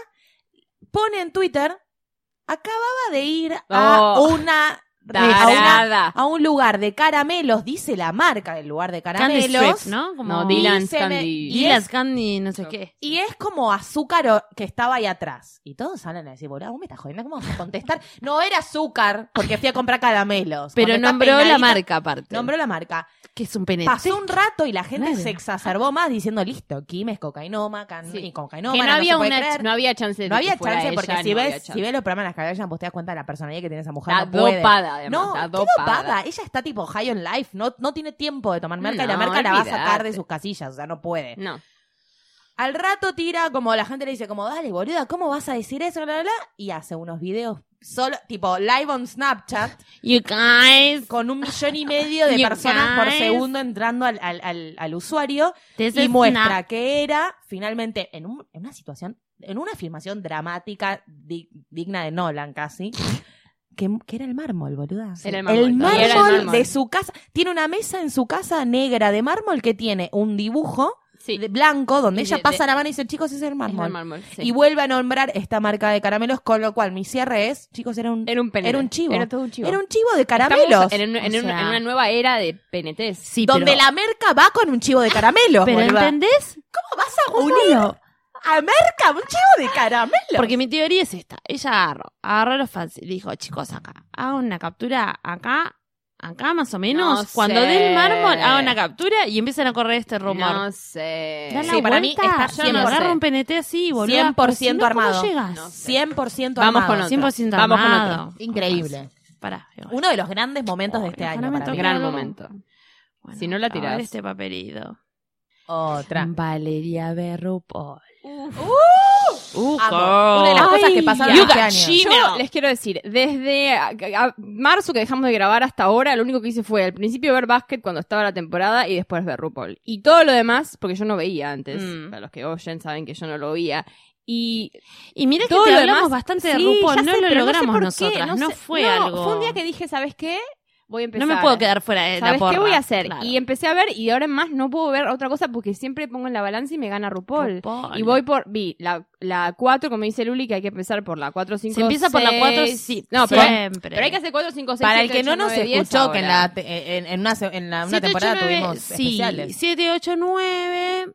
Speaker 3: pone en Twitter, acababa de ir a
Speaker 2: Oh,
Speaker 3: una... A, una-
Speaker 2: Tarada.
Speaker 3: a un lugar de caramelos, dice la marca del lugar de
Speaker 1: Candy
Speaker 3: caramelos.
Speaker 1: Strip, ¿no? Como
Speaker 2: No, Dylan
Speaker 3: se me-
Speaker 2: Candy.
Speaker 3: y es-
Speaker 1: Dylan's Candy, no sé qué.
Speaker 3: Y es como azúcar o- que estaba ahí atrás. Y todos salen a decir, boludo, vos me estás jodiendo, ¿cómo vas a contestar? No era azúcar, porque fui a comprar caramelos.
Speaker 1: Pero
Speaker 3: Contestá
Speaker 1: nombró la
Speaker 3: peinadita-
Speaker 1: marca aparte.
Speaker 3: Nombró la marca.
Speaker 1: que es un penete.
Speaker 3: Pasó un rato y la gente
Speaker 1: Claro.
Speaker 3: se exacerbó más diciendo, listo, Kim es cocainoma, can-
Speaker 2: Sí.
Speaker 3: y
Speaker 2: que
Speaker 3: cocainoma,
Speaker 2: no,
Speaker 3: no,
Speaker 2: había
Speaker 3: se puede
Speaker 2: una,
Speaker 3: creer.
Speaker 2: no había chance de
Speaker 3: No había
Speaker 2: que fuera
Speaker 3: chance
Speaker 2: ella,
Speaker 3: porque si,
Speaker 2: no había
Speaker 3: ves,
Speaker 2: chance.
Speaker 3: si ves los programas de las Kardashian, vos te das cuenta de la personalidad que tiene esa mujer.
Speaker 2: Está
Speaker 3: no puede.
Speaker 2: dopada, además.
Speaker 3: No,
Speaker 2: está
Speaker 3: qué dopada. Ella está tipo high on life. No, no tiene tiempo de tomar marca y la
Speaker 2: No,
Speaker 3: marca la va a sacar
Speaker 2: olvidate.
Speaker 3: de sus casillas. O sea, no puede.
Speaker 2: No.
Speaker 3: Al rato tira, como la gente le dice, como, dale, boluda, ¿cómo vas a decir eso? Bla, bla, bla, y hace unos videos solo, tipo, live on Snapchat,
Speaker 1: You guys,
Speaker 3: con un millón y medio
Speaker 2: [LAUGHS]
Speaker 3: de
Speaker 1: You
Speaker 3: personas por
Speaker 1: guys.
Speaker 3: segundo entrando al, al, al, al usuario
Speaker 1: this
Speaker 3: y
Speaker 1: is
Speaker 3: muestra
Speaker 1: not-
Speaker 3: que era finalmente en, un- en una situación, en una afirmación dramática di- digna de Nolan
Speaker 2: [LAUGHS]
Speaker 3: casi. Que, que era el mármol, boluda.
Speaker 2: Era el mármol, todavía
Speaker 1: era el
Speaker 3: mármol
Speaker 2: mármol.
Speaker 3: de su casa. Tiene una mesa en su casa negra de mármol que tiene un dibujo
Speaker 2: Sí.
Speaker 3: de- blanco donde
Speaker 2: Y
Speaker 3: ella
Speaker 2: de-
Speaker 3: pasa
Speaker 2: de-
Speaker 3: la mano y dice, chicos, ese es el
Speaker 2: Es el
Speaker 3: mármol.
Speaker 2: mármol, sí.
Speaker 3: Y vuelve a nombrar esta marca de caramelos, con lo cual mi cierre es, chicos, era un,
Speaker 2: Era un penete.
Speaker 3: era un chivo.
Speaker 2: Era todo un chivo.
Speaker 3: era un chivo de
Speaker 2: Estamos
Speaker 3: caramelos.
Speaker 2: en, un- en
Speaker 1: O
Speaker 2: un-
Speaker 1: sea-
Speaker 2: en una nueva era de PNTs.
Speaker 1: Sí,
Speaker 3: donde
Speaker 1: pero,
Speaker 3: la merca va con un chivo de caramelos.
Speaker 1: pero
Speaker 3: Ah, boluda.
Speaker 1: ¿entendés?
Speaker 3: ¿Cómo vas a unir
Speaker 1: Unilo.
Speaker 3: a merca un chivo de caramelos?
Speaker 1: Porque mi teoría es esta. Ella agarró, agarró los fans y dijo, chicos, acá, haga una captura acá, acá más o menos.
Speaker 2: No
Speaker 1: Cuando
Speaker 2: sé.
Speaker 1: den mármol, haga una captura y empiezan a correr este rumor.
Speaker 2: No sé.
Speaker 1: Da la
Speaker 3: Sí, para mí
Speaker 1: vuelta.
Speaker 3: está
Speaker 1: si
Speaker 2: 100%.
Speaker 1: agarra un PNT así, boludo.
Speaker 3: 100% armado.
Speaker 1: ¿Cómo llegas?
Speaker 2: No sé.
Speaker 3: 100%
Speaker 2: Vamos
Speaker 3: armado.
Speaker 2: con otro.
Speaker 1: 100%
Speaker 2: Vamos con
Speaker 1: armado.
Speaker 2: otro.
Speaker 3: Increíble.
Speaker 1: Pará. igual.
Speaker 3: Uno de los grandes momentos de este
Speaker 1: Ojalá
Speaker 3: año
Speaker 1: me
Speaker 3: para mí.
Speaker 1: toque.
Speaker 2: Gran
Speaker 1: algo.
Speaker 2: momento.
Speaker 1: Bueno,
Speaker 2: Si no la
Speaker 1: a ver
Speaker 2: tirás.
Speaker 1: este papelito.
Speaker 3: Otra.
Speaker 1: Valeria Berrupol.
Speaker 3: Uh, amo. Una de las
Speaker 2: Ay,
Speaker 3: cosas que pasaron
Speaker 1: you
Speaker 3: este
Speaker 1: got
Speaker 3: año.
Speaker 1: shit.
Speaker 2: Yo les quiero decir, desde a- a- marzo que dejamos de grabar hasta ahora, lo único que hice fue al principio ver básquet cuando estaba la temporada y después ver RuPaul. Y todo lo demás, porque yo no veía antes,
Speaker 1: Mm.
Speaker 2: para los que oyen saben que yo no lo veía. Y
Speaker 1: Y mira que
Speaker 2: Todo
Speaker 1: te
Speaker 2: lo
Speaker 1: hablamos
Speaker 2: demás-
Speaker 1: bastante de
Speaker 2: Sí,
Speaker 1: RuPaul,
Speaker 2: ya
Speaker 1: no
Speaker 2: sé,
Speaker 1: lo
Speaker 2: pero
Speaker 1: logramos
Speaker 2: no sé por qué,
Speaker 1: nosotras, no,
Speaker 2: sé-
Speaker 1: fue
Speaker 2: no,
Speaker 1: algo.
Speaker 2: Fue un día que dije, ¿sabes qué? Voy a
Speaker 1: no
Speaker 2: empezar.
Speaker 1: me puedo quedar fuera Eh, de la
Speaker 2: ¿Sabes
Speaker 1: porra.
Speaker 2: qué voy a hacer?
Speaker 1: Claro.
Speaker 2: Y empecé a ver y ahora en más no puedo ver otra cosa porque siempre pongo en la balanza y me gana RuPaul.
Speaker 1: RuPaul.
Speaker 2: Y voy por, vi la, la 4, como dice Luli, que hay que empezar por la 4, 5,
Speaker 1: Se empieza por la 4
Speaker 2: seis.
Speaker 1: sí,
Speaker 2: No, pero,
Speaker 1: siempre.
Speaker 2: pero hay que hacer 4, 5, 6,
Speaker 3: Para el que no nos escuchó, que en, la, te- eh, en, en una, se- en la- una
Speaker 1: Siete, ocho,
Speaker 3: temporada
Speaker 1: nueve,
Speaker 3: tuvimos
Speaker 1: sí,
Speaker 3: especiales.
Speaker 1: 7, 8, 9.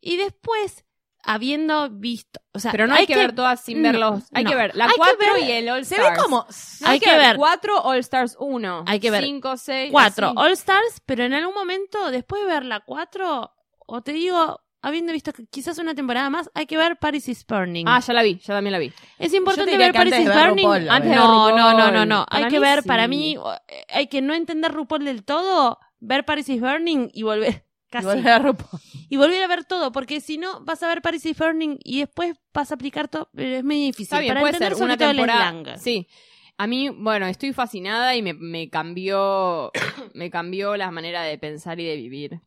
Speaker 1: Y después, habiendo visto. O sea,
Speaker 2: Pero no hay, que, ver todas sin
Speaker 1: no,
Speaker 2: verlos. Hay que
Speaker 1: no.
Speaker 2: ver la
Speaker 1: Hay que
Speaker 2: 4
Speaker 1: ver-
Speaker 2: y el All
Speaker 3: Se
Speaker 2: Stars.
Speaker 3: ve como...
Speaker 2: No, hay, que ver 4 All Stars 1.
Speaker 1: Hay que ver
Speaker 2: 5, 6.
Speaker 1: 4 All Stars, pero en algún momento, después de ver la 4, o te digo, habiendo visto que quizás una temporada más, hay que ver Paris is Burning.
Speaker 2: Ah, ya la vi, ya también la vi.
Speaker 1: es importante
Speaker 3: yo diría
Speaker 1: ver
Speaker 3: que
Speaker 1: Paris
Speaker 3: antes
Speaker 1: is
Speaker 3: de ver
Speaker 1: Burning.
Speaker 3: RuPaul, la
Speaker 1: antes
Speaker 2: veo.
Speaker 1: de no,
Speaker 2: RuPaul.
Speaker 1: no, no, no, no.
Speaker 2: Para
Speaker 1: hay que
Speaker 2: mí
Speaker 1: ver,
Speaker 2: sí.
Speaker 1: para mí, o- eh, hay que no entender RuPaul del todo, ver Paris is Burning y volver. [LAUGHS] Casi.
Speaker 3: Y volver a RuPaul.
Speaker 1: Y volver a ver todo, porque si no, vas a ver Paris is Burning y después vas a aplicar todo. pero Es muy difícil.
Speaker 2: Está bien,
Speaker 1: para
Speaker 2: puede
Speaker 1: entender
Speaker 2: ser
Speaker 1: sobre
Speaker 2: una
Speaker 1: todo el
Speaker 2: temporada.
Speaker 1: slang.
Speaker 2: Sí. A mí, bueno, estoy fascinada y me, me cambió [COUGHS] me cambió la manera de pensar y de vivir.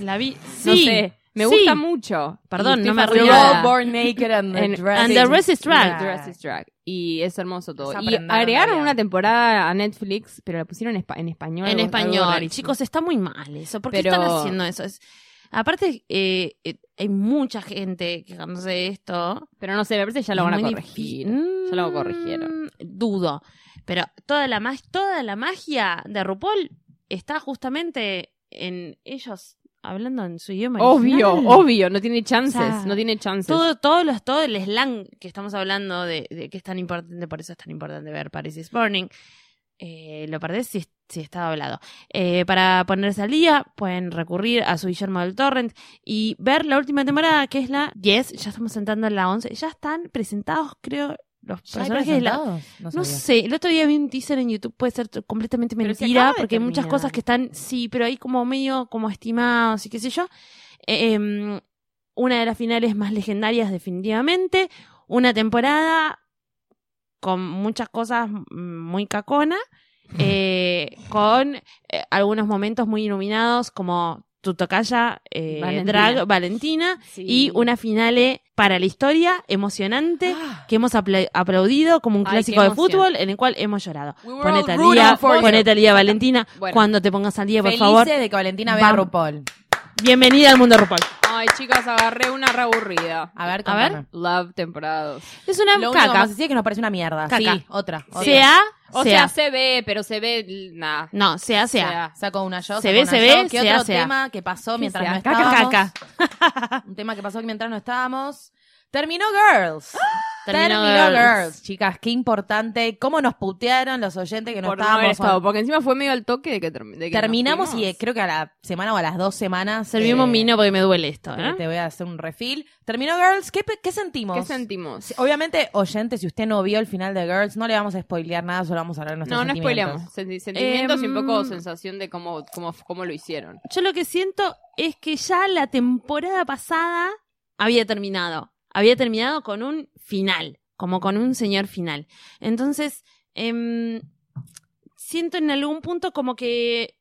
Speaker 1: La vi. Sí.
Speaker 2: no sé, me
Speaker 1: sí.
Speaker 2: gusta mucho.
Speaker 1: Perdón,
Speaker 2: Y estoy
Speaker 1: no me
Speaker 2: fascinada.
Speaker 1: arruinó. Yeah.
Speaker 3: born naked and
Speaker 2: And-
Speaker 1: And the rest is drag.
Speaker 2: The Dress is Drag. Y es hermoso todo.
Speaker 3: Se
Speaker 2: Y
Speaker 3: aprendaron
Speaker 2: agregaron
Speaker 3: todavía.
Speaker 2: una temporada a Netflix, pero la pusieron en, espa- en español.
Speaker 1: En
Speaker 2: algo- algo
Speaker 1: español.
Speaker 2: rarísimo.
Speaker 1: Chicos, está muy mal eso. ¿Por qué
Speaker 2: Pero-
Speaker 1: están haciendo eso? Es- Aparte, eh, eh, hay mucha gente quejándose de esto.
Speaker 2: Pero no sé, me parece que ya lo
Speaker 1: Es
Speaker 2: van a
Speaker 1: muy
Speaker 2: corregir.
Speaker 1: difí-
Speaker 2: Ya lo corrigieron.
Speaker 1: Mm, Dudo. Pero toda la, mag- toda la magia de RuPaul está justamente en ellos hablando en su idioma.
Speaker 2: Obvio,
Speaker 1: original.
Speaker 2: obvio, no tiene chances,
Speaker 1: O sea,
Speaker 2: no tiene chances.
Speaker 1: Todo, todos los, todo el slang que estamos hablando de, de que es tan importante, por eso es tan importante ver Paris is Burning, eh, lo perdés si, si está doblado. Eh, para ponerse al día, pueden recurrir a su Guillermo del Torrent y ver la última temporada, que es la 10, ya estamos sentando en la 11, ya están presentados, creo, los personajes de la... No sé, el otro día vi un teaser en YouTube, puede ser t- completamente
Speaker 2: Pero se
Speaker 1: mentira,
Speaker 2: acaba de
Speaker 1: porque hay muchas
Speaker 2: terminar.
Speaker 1: cosas que están, sí, pero ahí como medio como estimados y qué sé yo. Eh, em, una de las finales más legendarias definitivamente, una temporada con muchas cosas mm, muy cacona, eh, con eh, algunos momentos muy iluminados como tu tocaya eh,
Speaker 2: Valentina.
Speaker 1: drag Valentina y una finale para la historia
Speaker 3: ¡Ah!
Speaker 1: emocionante que hemos apla- aplaudido como un
Speaker 2: Ay,
Speaker 1: clásico
Speaker 2: qué
Speaker 1: de
Speaker 2: emoción.
Speaker 1: fútbol en el cual hemos llorado.
Speaker 2: We were
Speaker 1: Ponete
Speaker 2: all
Speaker 1: al
Speaker 2: rooting
Speaker 1: día,
Speaker 2: for you.
Speaker 1: ponete al día Valentina,
Speaker 2: Bueno.
Speaker 1: cuando te pongas al día, por
Speaker 3: Felices
Speaker 1: favor.
Speaker 3: de que Valentina vea a
Speaker 1: Vamos.
Speaker 3: RuPaul.
Speaker 1: Bienvenida al mundo RuPaul.
Speaker 2: Ay, chicas, agarré una re aburrida.
Speaker 3: A ver,
Speaker 1: A ver.
Speaker 3: contame.
Speaker 2: Love temporada 2.
Speaker 1: Es una
Speaker 3: Lo único que
Speaker 1: caca.
Speaker 3: vamos a decir es que nos parece una mierda.
Speaker 1: Caca.
Speaker 3: Sí, otra. otra.
Speaker 1: Sea,
Speaker 2: O
Speaker 1: sea.
Speaker 2: sea, se ve, pero se ve. Nada.
Speaker 1: No, sea, sea.
Speaker 3: Saco una yo.
Speaker 1: Se
Speaker 3: saco
Speaker 1: ve,
Speaker 3: una
Speaker 1: se
Speaker 3: yo.
Speaker 1: ve,
Speaker 3: ¿Qué
Speaker 1: sea,
Speaker 3: otro
Speaker 1: sea.
Speaker 3: tema que pasó mientras
Speaker 2: sea.
Speaker 3: no
Speaker 2: Caca,
Speaker 3: estábamos?
Speaker 1: caca.
Speaker 3: [LAUGHS] Un tema que pasó mientras no estábamos. Terminó Girls. Terminó, Girls. Chicas, qué importante. Cómo nos putearon los oyentes que no
Speaker 2: Por no haber
Speaker 3: estábamos.
Speaker 2: estado, porque encima fue medio al toque de que, termi- de que nos
Speaker 3: Terminamos y eh,
Speaker 2: fuimos.
Speaker 3: creo que a la semana o a las dos semanas.
Speaker 1: Servimos
Speaker 3: eh,
Speaker 1: vino porque me duele esto.
Speaker 3: te-
Speaker 1: ¿eh?
Speaker 3: Te voy a hacer un refill. Terminó Girls. ¿Qué, pe- qué sentimos?
Speaker 2: ¿Qué sentimos?
Speaker 3: Sí, Obviamente, oyente, si usted no vio el final de Girls, no le vamos a spoilear nada, solo vamos a hablar de nuestros
Speaker 2: No, no
Speaker 3: sentimientos.
Speaker 2: spoileamos. Sen- Sentimientos y un poco
Speaker 1: Em,
Speaker 2: sensación de cómo, cómo, cómo lo hicieron.
Speaker 1: Yo lo que siento es que ya la temporada pasada había terminado. Había terminado con un final, como con un señor final. Entonces, em, siento en algún punto como que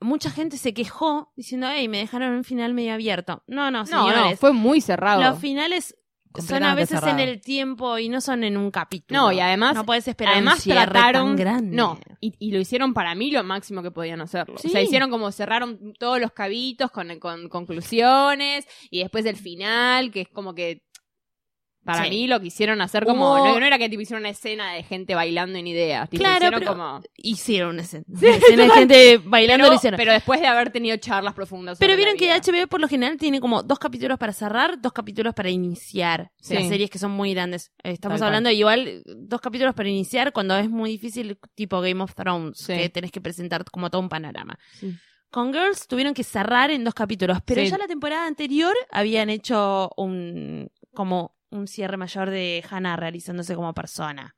Speaker 1: mucha gente se quejó diciendo, hey, me dejaron un final medio abierto. No, no,
Speaker 2: No,
Speaker 1: señores.
Speaker 2: no, fue muy
Speaker 1: Los
Speaker 2: cerrado.
Speaker 1: finales son a
Speaker 3: Completamente
Speaker 1: veces
Speaker 3: cerrado.
Speaker 1: en el tiempo y no son en un capítulo.
Speaker 2: No, y además-
Speaker 1: No puedes esperar un
Speaker 2: Además
Speaker 1: cierre tan
Speaker 2: trataron
Speaker 1: grande.
Speaker 2: no y, y lo hicieron para mí lo máximo que podían hacerlo.
Speaker 1: Sí.
Speaker 2: O sea, hicieron como cerraron todos los cabitos con, con conclusiones y después el final que es como que para
Speaker 1: Sí.
Speaker 2: mí lo quisieron hacer como
Speaker 1: Hubo-
Speaker 2: no, no era que tipo, hicieron una escena de gente bailando en ideas, tipo,
Speaker 1: Claro,
Speaker 2: hicieron
Speaker 1: pero-
Speaker 2: como
Speaker 1: Hicieron una escena.
Speaker 2: [LAUGHS]
Speaker 1: Una escena de gente bailando lo
Speaker 2: pero,
Speaker 1: hicieron. Pero,
Speaker 2: pero después de haber tenido charlas profundas. sobre
Speaker 1: vieron
Speaker 2: la
Speaker 1: que
Speaker 2: vida.
Speaker 1: HBO por lo general tiene como dos capítulos para cerrar, dos capítulos para iniciar.
Speaker 2: Sí.
Speaker 1: Las series que son muy grandes. Eh, Estamos
Speaker 3: Tal cual.
Speaker 1: hablando igual eh, dos capítulos para iniciar cuando es muy difícil, tipo Game of Thrones,
Speaker 2: Sí.
Speaker 1: que tenés que presentar como todo un panorama.
Speaker 2: Sí.
Speaker 1: Con Girls tuvieron que cerrar en dos capítulos, pero
Speaker 2: Sí.
Speaker 1: ya la temporada anterior habían hecho un como un cierre mayor de Hannah realizándose como persona.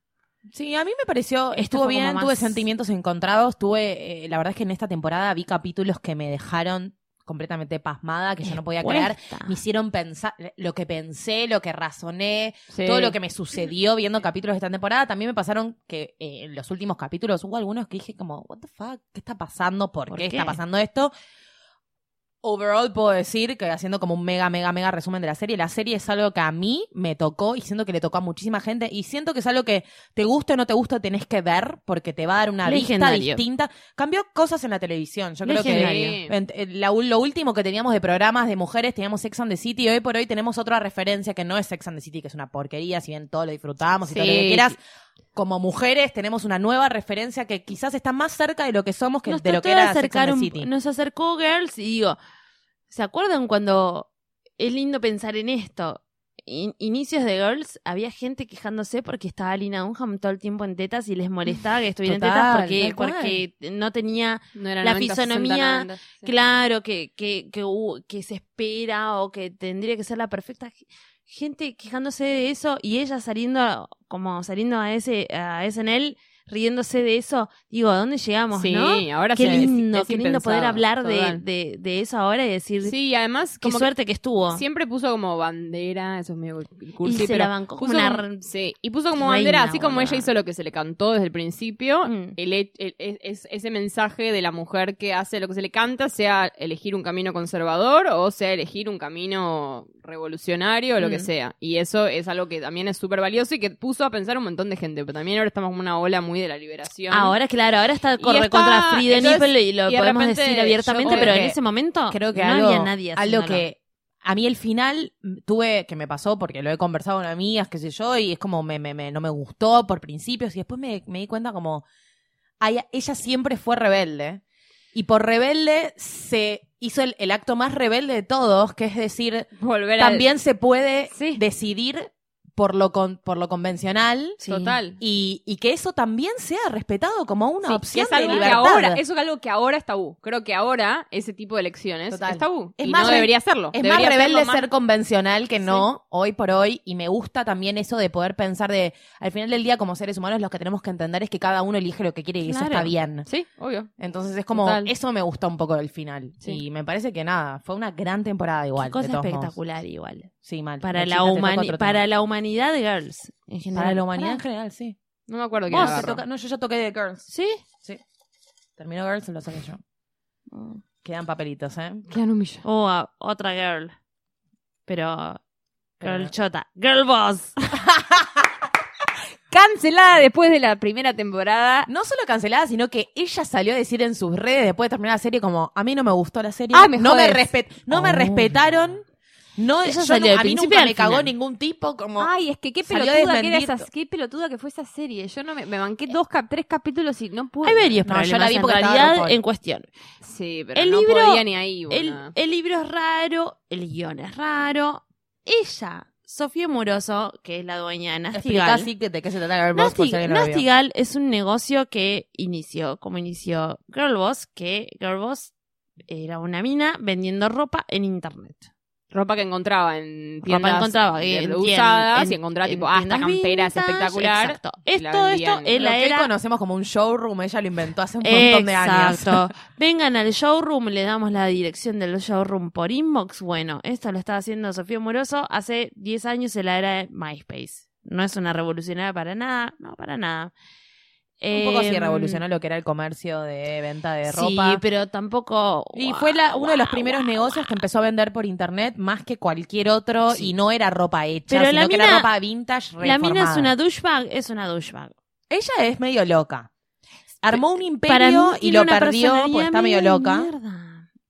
Speaker 3: Sí, a mí me pareció,
Speaker 1: Esto
Speaker 3: estuvo
Speaker 1: fue
Speaker 3: bien,
Speaker 1: como
Speaker 3: tuve
Speaker 1: más-
Speaker 3: sentimientos encontrados, tuve, eh, la verdad es que en esta temporada vi capítulos que me dejaron completamente pasmada, que yo no podía creer,
Speaker 1: Expuesta.
Speaker 3: me hicieron pensar lo que pensé, lo que razoné,
Speaker 2: Sí.
Speaker 3: todo lo que me sucedió viendo capítulos de esta temporada. También me pasaron que eh, en los últimos capítulos hubo algunos que dije como, what the fuck, ¿qué está pasando? ¿Por,
Speaker 1: ¿Por
Speaker 3: qué,
Speaker 1: qué?
Speaker 3: está pasando esto? Overall puedo decir que haciendo como un mega, mega, mega resumen de la serie, la serie es algo que a mí me tocó y siento que le tocó a muchísima gente y siento que es algo que te gusta o no te gusta tenés que ver porque te va a dar una
Speaker 1: Legendario.
Speaker 3: vista distinta. Cambió cosas en la televisión, yo creo que
Speaker 1: Legendario.
Speaker 3: en- en eh, la u- lo último que teníamos de programas de mujeres, teníamos Sex and the City, y hoy por hoy tenemos otra referencia que no es Sex and the City, que es una porquería, si bien todo lo disfrutamos y todo lo que
Speaker 2: Sí.
Speaker 3: quieras. Como mujeres tenemos una nueva referencia que quizás está más cerca de lo que somos que
Speaker 1: nos
Speaker 3: de lo
Speaker 1: trató
Speaker 3: que
Speaker 1: de
Speaker 3: era Sex
Speaker 1: acercar
Speaker 3: and the
Speaker 1: un-
Speaker 3: City.
Speaker 1: nos acercó Girls y digo, ¿se acuerdan cuando es lindo pensar en esto? In- inicios de Girls había gente quejándose porque estaba Lina Dunham todo el tiempo en tetas y les molestaba que estuviera
Speaker 3: Total,
Speaker 1: en
Speaker 3: tal
Speaker 1: tetas
Speaker 3: cual.
Speaker 1: porque, porque no tenía
Speaker 2: No era
Speaker 1: la
Speaker 2: 90, 60,
Speaker 1: fisonomía,
Speaker 2: 90, sí.
Speaker 1: claro que, que, que, hu- que se espera o que tendría que ser la perfecta G- gente quejándose de eso y ella saliendo a- como saliendo a ese a SNL riéndose de eso digo a dónde llegamos
Speaker 2: Sí,
Speaker 1: no
Speaker 2: ahora
Speaker 1: Qué
Speaker 2: sí, es-
Speaker 1: lindo,
Speaker 2: es
Speaker 1: qué lindo poder
Speaker 2: impensado,
Speaker 1: hablar de,
Speaker 2: total.
Speaker 1: de, de eso ahora y decir
Speaker 2: Sí, y además
Speaker 1: qué
Speaker 2: como que-
Speaker 1: suerte que, estuvo.
Speaker 2: Siempre puso como bandera, eso es medio
Speaker 1: Y
Speaker 2: cursi,
Speaker 1: se
Speaker 2: pero
Speaker 1: la bancó como
Speaker 2: puso
Speaker 1: una
Speaker 2: como-
Speaker 1: re-
Speaker 2: sí, y puso como
Speaker 1: reina,
Speaker 2: bandera, así como
Speaker 1: boluda.
Speaker 2: ella hizo lo que se le cantó desde el principio,
Speaker 1: Mm.
Speaker 2: el, he- el- es- es- ese mensaje de la mujer que hace lo que se le canta, sea elegir un camino conservador o sea elegir un camino revolucionario o lo
Speaker 1: Mm.
Speaker 2: que sea. Y eso es algo que también es súper valioso y que puso a pensar un montón de gente, pero también ahora estamos como una ola muy de la liberación.
Speaker 1: Ahora, claro, ahora está corre
Speaker 2: está-
Speaker 1: contra Frida
Speaker 2: entonces,
Speaker 1: Nipple y lo
Speaker 2: y de
Speaker 1: podemos
Speaker 2: repente
Speaker 1: decir
Speaker 2: yo
Speaker 1: abiertamente,
Speaker 2: creo
Speaker 1: pero en
Speaker 3: que-
Speaker 1: ese
Speaker 2: [LAUGHS]
Speaker 1: momento
Speaker 3: Creo que
Speaker 1: no
Speaker 3: algo,
Speaker 1: había nadie
Speaker 3: algo
Speaker 1: haciéndolo.
Speaker 3: que a mí el final mm, tuve que me pasó porque lo he conversado con amigas, qué sé yo, y es como me, me- me- no me gustó por principios y después me, me di cuenta como ay, ella siempre fue rebelde y por rebelde se hizo el, el acto más rebelde de todos, que es decir,
Speaker 2: volver a-
Speaker 3: también se puede
Speaker 1: Sí.
Speaker 3: decidir por lo con- por lo convencional
Speaker 1: Sí.
Speaker 2: total.
Speaker 3: y, y que eso también sea respetado como una
Speaker 2: Sí, que
Speaker 3: opción
Speaker 2: es
Speaker 3: de
Speaker 2: algo que
Speaker 3: libertad.
Speaker 2: ahora, eso es algo que ahora es tabú. Creo que ahora ese tipo de elecciones
Speaker 3: Total.
Speaker 2: es tabú.
Speaker 3: Es
Speaker 2: y
Speaker 3: más
Speaker 2: no
Speaker 3: re-
Speaker 2: debería hacerlo.
Speaker 3: Es más
Speaker 2: Debería hacerlo
Speaker 3: rebelde
Speaker 2: más-
Speaker 3: ser convencional que no, hoy por hoy, y me gusta también eso de poder pensar de, al final del día, como seres humanos, lo que tenemos que entender es que cada uno elige lo que quiere y eso
Speaker 1: Claro.
Speaker 3: está bien.
Speaker 2: Sí, obbio.
Speaker 3: Entonces es como,
Speaker 2: Total.
Speaker 3: eso me gusta un poco del final.
Speaker 2: Sí.
Speaker 3: Y me parece que nada, fue una gran temporada
Speaker 1: Qué
Speaker 3: igual.
Speaker 1: cosa
Speaker 3: de todos modos.
Speaker 1: espectacular igual.
Speaker 3: Sí, mal.
Speaker 1: Para, la,
Speaker 3: No, chicas, te toca
Speaker 1: humani-
Speaker 3: otro tema.
Speaker 1: para la humanidad, girls. En general.
Speaker 3: Para la humanidad en
Speaker 1: Pará.
Speaker 3: general, sí.
Speaker 2: No me acuerdo quién
Speaker 3: Vos,
Speaker 2: agarró.
Speaker 3: te toca- no, yo ya toqué de Girls.
Speaker 1: ¿Sí?
Speaker 3: Terminó Girls y lo saqué yo. Quedan papelitos, ¿eh?
Speaker 2: Quedan un millón.
Speaker 1: O a otra girl. Pero.
Speaker 3: Pero
Speaker 1: Girl
Speaker 3: no.
Speaker 1: chota. Girl boss.
Speaker 2: Cancelada después de la primera temporada.
Speaker 3: No solo cancelada, sino que ella salió a decir en sus redes después de terminar la serie como, a mí no me gustó la serie,
Speaker 2: Ah, me
Speaker 3: no, me,
Speaker 2: jodes.
Speaker 3: respet- no me
Speaker 2: Oh.
Speaker 3: respetaron, no,
Speaker 1: Ella
Speaker 3: yo nu-
Speaker 1: salió del
Speaker 3: a mí
Speaker 1: principio
Speaker 3: nunca
Speaker 1: al
Speaker 3: me cagó
Speaker 1: final.
Speaker 3: ningún tipo, como...
Speaker 2: Ay, es que qué
Speaker 3: Salió
Speaker 2: pelotuda que era
Speaker 3: desmentir-
Speaker 2: esa, qué pelotuda que fue esa serie. Yo no me, me banqué dos, cap- tres capítulos y no pude.
Speaker 1: Hay varios
Speaker 3: No, yo la
Speaker 1: problemas
Speaker 3: vi
Speaker 1: en
Speaker 3: porque estaba
Speaker 1: realidad
Speaker 3: alcohol.
Speaker 1: en cuestión.
Speaker 2: Sí, pero
Speaker 1: El
Speaker 2: no
Speaker 1: libro-
Speaker 2: podía ni ahí,
Speaker 1: El,
Speaker 2: boluda.
Speaker 1: el libro es raro, el guión es raro. Ella, Sofía Moroso, que es la dueña de
Speaker 3: Explica
Speaker 1: Nastigal.
Speaker 3: así que de qué se trata Girl Boss, por si alguien no lo vio.
Speaker 1: Nastigal es un negocio que inició, como inició Girlboss, que Girlboss era una mina vendiendo ropa en internet.
Speaker 2: Ropa que encontraba en
Speaker 1: Ropa
Speaker 2: tiendas
Speaker 1: encontraba
Speaker 2: de-
Speaker 1: en
Speaker 2: usadas
Speaker 1: tien-
Speaker 2: y encontraba
Speaker 1: en
Speaker 2: tipo, ah, esta
Speaker 1: tiendas
Speaker 2: campera es
Speaker 1: vintage,
Speaker 2: espectacular.
Speaker 1: Exacto.
Speaker 2: y la
Speaker 1: Esto, esto,
Speaker 2: vendían.
Speaker 1: él
Speaker 3: Lo
Speaker 1: la
Speaker 3: que
Speaker 1: era...
Speaker 3: conocemos como un showroom, ella lo inventó hace un montón de años.
Speaker 1: Exacto.
Speaker 3: [LAUGHS]
Speaker 1: Vengan al showroom, le damos la dirección del showroom por inbox. Bueno, esto lo estaba haciendo Sofía Moroso hace 10 años en la era de MySpace. No es una revolucionaria para nada, no, para nada.
Speaker 3: Un poco sí
Speaker 1: Em,
Speaker 3: revolucionó lo que era el comercio de venta de
Speaker 1: Sí,
Speaker 3: ropa.
Speaker 1: pero tampoco.
Speaker 3: Y
Speaker 1: guau,
Speaker 3: fue la- uno de los
Speaker 1: guau,
Speaker 3: primeros
Speaker 1: guau.
Speaker 3: negocios que empezó a vender por internet más que cualquier otro
Speaker 1: Sí.
Speaker 3: y no era ropa hecha,
Speaker 1: Pero
Speaker 3: sino
Speaker 1: la
Speaker 3: que era
Speaker 1: mina-
Speaker 3: ropa vintage
Speaker 1: La mina es
Speaker 3: reformada.
Speaker 1: una douchebag, es una douchebag.
Speaker 3: Ella es medio loca. Armó un imperio
Speaker 1: Para mí
Speaker 3: y
Speaker 1: tiene
Speaker 3: lo
Speaker 1: una
Speaker 3: perdió porque
Speaker 1: personalidad
Speaker 3: está medio
Speaker 1: de
Speaker 3: loca.
Speaker 1: mierda.